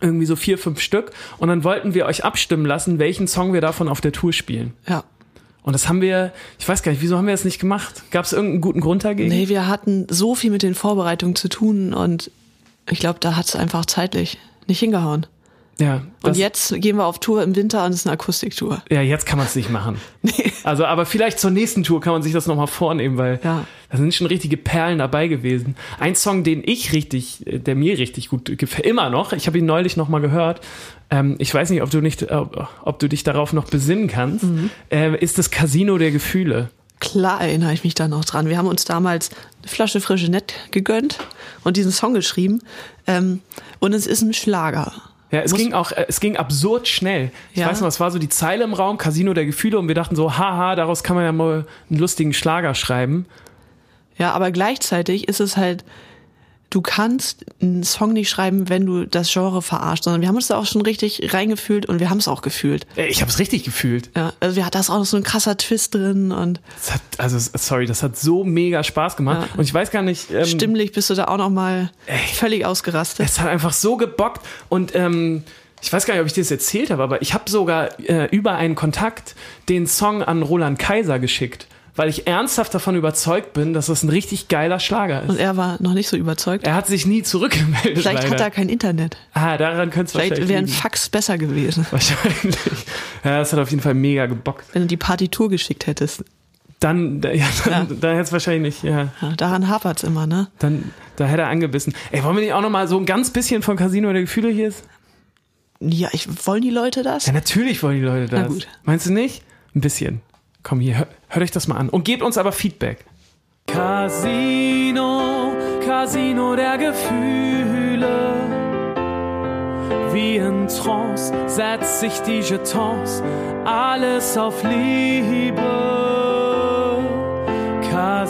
[SPEAKER 2] Irgendwie so vier, fünf Stück. Und dann wollten wir euch abstimmen lassen, welchen Song wir davon auf der Tour spielen.
[SPEAKER 3] Ja.
[SPEAKER 2] Und das haben wir, ich weiß gar nicht, wieso haben wir das nicht gemacht? Gab es irgendeinen guten Grund dagegen?
[SPEAKER 3] Nee, wir hatten so viel mit den Vorbereitungen zu tun und ich glaube, da hat es einfach zeitlich nicht hingehauen.
[SPEAKER 2] Ja,
[SPEAKER 3] Und
[SPEAKER 2] das-
[SPEAKER 3] jetzt gehen wir auf Tour im Winter und es ist eine Akustiktour. [laughs]
[SPEAKER 2] Ja, jetzt kann man es nicht machen. Also, aber vielleicht zur nächsten Tour kann man sich das nochmal vornehmen, weil
[SPEAKER 3] Ja.
[SPEAKER 2] da sind schon richtige Perlen dabei gewesen. Ein Song, den ich richtig, äh, der mir richtig gut gefällt, immer noch, ich habe ihn neulich nochmal gehört. Ähm, ich weiß nicht, ob du, nicht äh, ob du dich darauf noch besinnen kannst,
[SPEAKER 3] Mhm.
[SPEAKER 2] ähm, ist das Casino der Gefühle.
[SPEAKER 3] Klar erinnere ich mich da noch dran. Wir haben uns damals eine Flasche frische Nett gegönnt und diesen Song geschrieben. Ähm, und es ist ein Schlager.
[SPEAKER 2] Ja, es
[SPEAKER 3] Muss-
[SPEAKER 2] ging auch, äh, es ging absurd schnell. Ich
[SPEAKER 3] Ja.
[SPEAKER 2] weiß noch, es war so die Zeile im Raum, Casino der Gefühle, und wir dachten so, haha, daraus kann man ja mal einen lustigen Schlager schreiben.
[SPEAKER 3] Ja, aber gleichzeitig ist es halt, du kannst einen Song nicht schreiben, wenn du das Genre verarscht, sondern wir haben uns da auch schon richtig reingefühlt und wir haben es auch gefühlt.
[SPEAKER 2] Äh, Ich habe es richtig gefühlt.
[SPEAKER 3] Ja, also wir hatten das auch noch so ein krasser Twist drin und
[SPEAKER 2] Das hat, also, sorry, das hat so mega Spaß gemacht.
[SPEAKER 3] Ja.
[SPEAKER 2] Und ich weiß gar nicht, ähm,
[SPEAKER 3] stimmlich bist du da auch noch mal völlig ausgerastet.
[SPEAKER 2] es hat einfach so gebockt. Und ähm, ich weiß gar nicht, ob ich dir das erzählt habe, aber ich habe sogar äh, über einen Kontakt den Song an Roland Kaiser geschickt, weil ich ernsthaft davon überzeugt bin, dass das ein richtig geiler Schlager ist.
[SPEAKER 3] Und er war noch nicht so überzeugt.
[SPEAKER 2] Er hat sich nie zurückgemeldet.
[SPEAKER 3] Also, Vielleicht
[SPEAKER 2] leider.
[SPEAKER 3] hat er kein Internet.
[SPEAKER 2] Ah, daran könnte es
[SPEAKER 3] Vielleicht
[SPEAKER 2] wahrscheinlich
[SPEAKER 3] wäre ein
[SPEAKER 2] liegen.
[SPEAKER 3] Fax besser gewesen,
[SPEAKER 2] Wahrscheinlich. Ja, das hat auf jeden Fall mega gebockt.
[SPEAKER 3] wenn du die Partitur geschickt hättest.
[SPEAKER 2] Dann, ja, dann,
[SPEAKER 3] Ja.
[SPEAKER 2] dann hätte es wahrscheinlich, ja.
[SPEAKER 3] Ja, daran hapert's immer, ne?
[SPEAKER 2] Dann, da hätte er angebissen. Ey, wollen wir nicht auch nochmal so ein ganz bisschen von Casino der Gefühle hier ist?
[SPEAKER 3] Ja, ich, wollen die Leute das?
[SPEAKER 2] Ja, natürlich wollen die Leute das.
[SPEAKER 3] Na gut.
[SPEAKER 2] Meinst du nicht? Ein bisschen. Komm hier, hör, hört euch das mal an. Und gebt uns aber Feedback. Casino, Casino der Gefühle. Wie in Trance setzt sich die Jetons alles auf Liebe.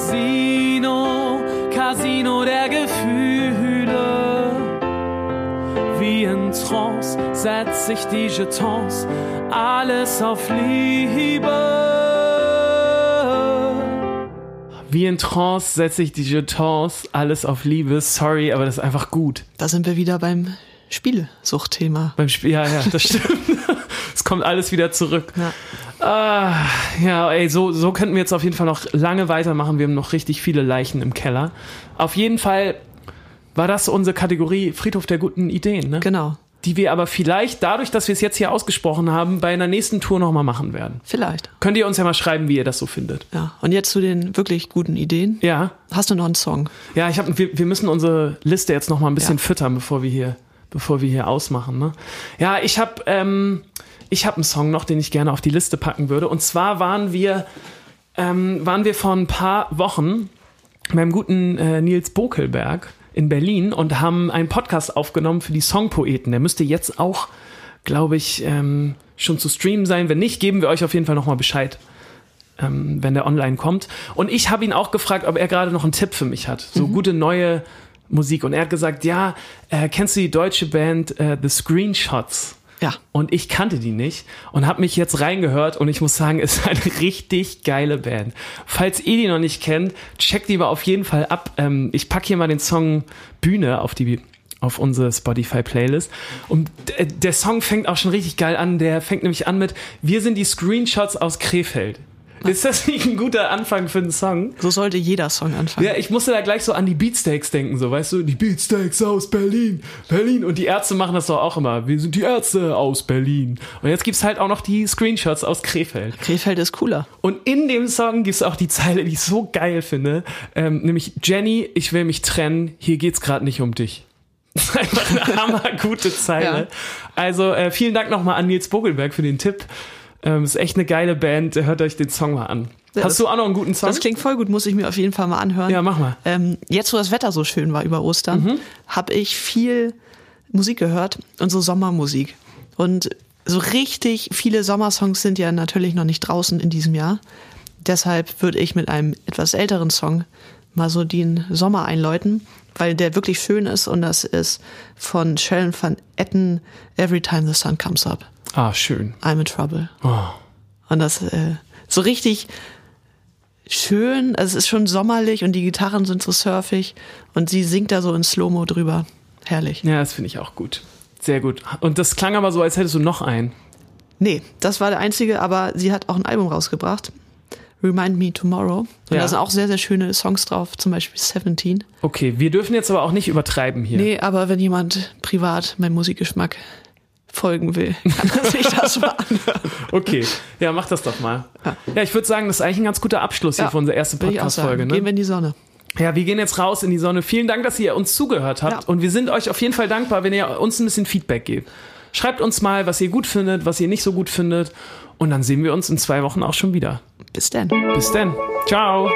[SPEAKER 2] Casino, Casino der Gefühle. Wie in Trance setzt sich die Jetons alles auf Liebe. Wie in Trance setze ich die Jetons, alles auf Liebe. Sorry, aber das ist einfach gut.
[SPEAKER 3] Da sind wir wieder beim Spielsuchtthema.
[SPEAKER 2] Beim Spiel, ja, ja,
[SPEAKER 3] [laughs]
[SPEAKER 2] das stimmt. es kommt alles wieder zurück.
[SPEAKER 3] Ja.
[SPEAKER 2] Ah, ja, ey, so, so könnten wir jetzt auf jeden Fall noch lange weitermachen. Wir haben noch richtig viele Leichen im Keller. Auf jeden Fall war das unsere Kategorie Friedhof der guten Ideen, ne?
[SPEAKER 3] Genau.
[SPEAKER 2] die wir aber vielleicht dadurch, dass wir es jetzt hier ausgesprochen haben, bei einer nächsten Tour nochmal machen werden.
[SPEAKER 3] Vielleicht.
[SPEAKER 2] Könnt ihr uns ja mal schreiben, wie ihr das so findet.
[SPEAKER 3] Ja. Und jetzt zu den wirklich guten Ideen.
[SPEAKER 2] Ja,
[SPEAKER 3] Hast du noch einen Song?
[SPEAKER 2] ja, ich hab, wir, wir müssen unsere Liste jetzt nochmal ein bisschen
[SPEAKER 3] Ja.
[SPEAKER 2] füttern, bevor wir hier, bevor wir hier ausmachen. Ne? Ja, ich habe ähm, ich hab einen Song noch, den ich gerne auf die Liste packen würde. Und zwar waren wir, ähm, waren wir vor ein paar Wochen meinem guten äh, Nils Bokelberg in Berlin und haben einen Podcast aufgenommen für die Songpoeten. Der müsste jetzt auch, glaube ich, ähm, schon zu streamen sein. Wenn nicht, geben wir euch auf jeden Fall nochmal Bescheid, ähm, wenn der online kommt. Und ich habe ihn auch gefragt, ob er gerade noch einen Tipp für mich hat. So gute neue Musik. Und er hat gesagt, ja, äh, kennst du die deutsche Band äh, The Screenshots?
[SPEAKER 3] Ja.
[SPEAKER 2] Und ich kannte die nicht und habe mich jetzt reingehört und ich muss sagen, es ist eine [laughs] richtig geile Band. Falls ihr die noch nicht kennt, checkt die mal auf jeden Fall ab. Ähm, ich pack hier mal den Song Bühne auf die auf unsere Spotify-Playlist. Und d- äh, der Song fängt auch schon richtig geil an. Der fängt nämlich an mit Wir sind die Screenshots aus Krefeld. Ist das nicht ein guter Anfang für einen Song?
[SPEAKER 3] So sollte jeder Song anfangen.
[SPEAKER 2] Ja, ich musste da gleich so an die Beatsteaks denken, so, weißt du, die Beatsteaks aus Berlin, Berlin. Und die Ärzte machen das doch auch immer. Wir sind die Ärzte aus Berlin. Und jetzt gibt's halt auch noch die Screenshots aus Krefeld.
[SPEAKER 3] Krefeld ist cooler.
[SPEAKER 2] Und in dem Song gibt's auch die Zeile, die ich so geil finde, ähm, nämlich Jenny, ich will mich trennen, hier geht's gerade nicht um dich. [laughs] Das ist einfach eine hammergute Zeile.
[SPEAKER 3] Ja.
[SPEAKER 2] Also äh, vielen Dank nochmal an Nils Bogelberg für den Tipp. Ähm, ist echt eine geile Band, hört euch den Song mal an.
[SPEAKER 3] Ja,
[SPEAKER 2] Hast
[SPEAKER 3] das-
[SPEAKER 2] du auch noch einen guten Song?
[SPEAKER 3] Das klingt voll gut, muss ich mir auf jeden Fall mal anhören.
[SPEAKER 2] Ja, mach mal.
[SPEAKER 3] Ähm, jetzt, wo das Wetter so schön war über Ostern, habe ich viel Musik gehört und so Sommermusik. Und so richtig viele Sommersongs sind ja natürlich noch nicht draußen in diesem Jahr. Deshalb würde ich mit einem etwas älteren Song mal so den Sommer einläuten, weil der wirklich schön ist und das ist von Sharon van Etten Every Time the Sun Comes Up.
[SPEAKER 2] Ah, schön.
[SPEAKER 3] I'm in Trouble.
[SPEAKER 2] Oh.
[SPEAKER 3] Und das äh, so richtig schön, also es ist schon sommerlich und die Gitarren sind so surfig und sie singt da so in Slow-Mo drüber. Herrlich.
[SPEAKER 2] Ja, das finde ich auch gut. Sehr gut. Und das klang aber so, als hättest du noch einen.
[SPEAKER 3] Nee, das war der einzige, aber sie hat auch ein Album rausgebracht. Remind Me Tomorrow. Und
[SPEAKER 2] Ja.
[SPEAKER 3] da sind auch sehr, sehr schöne Songs drauf, zum Beispiel 17.
[SPEAKER 2] Okay, wir dürfen jetzt aber auch nicht übertreiben hier.
[SPEAKER 3] Nee, aber wenn jemand privat meinem Musikgeschmack folgen will, [laughs] kann er sich das mal anhören.
[SPEAKER 2] Okay, ja, mach das doch mal. Ja, ich würde sagen, das ist eigentlich ein ganz guter Abschluss hier
[SPEAKER 3] Ja,
[SPEAKER 2] für unsere erste
[SPEAKER 3] Will ich auch
[SPEAKER 2] Podcast-Folge.
[SPEAKER 3] sagen. Gehen wir
[SPEAKER 2] Ne?
[SPEAKER 3] in die Sonne.
[SPEAKER 2] Ja, wir gehen jetzt raus in die Sonne. Vielen Dank, dass ihr uns zugehört habt.
[SPEAKER 3] Ja.
[SPEAKER 2] Und wir sind euch auf jeden Fall dankbar, wenn ihr uns ein bisschen Feedback gebt. Schreibt uns mal, was ihr gut findet, was ihr nicht so gut findet. Und dann sehen wir uns in zwei Wochen auch schon wieder.
[SPEAKER 3] Bis dann.
[SPEAKER 2] Bis dann. Ciao.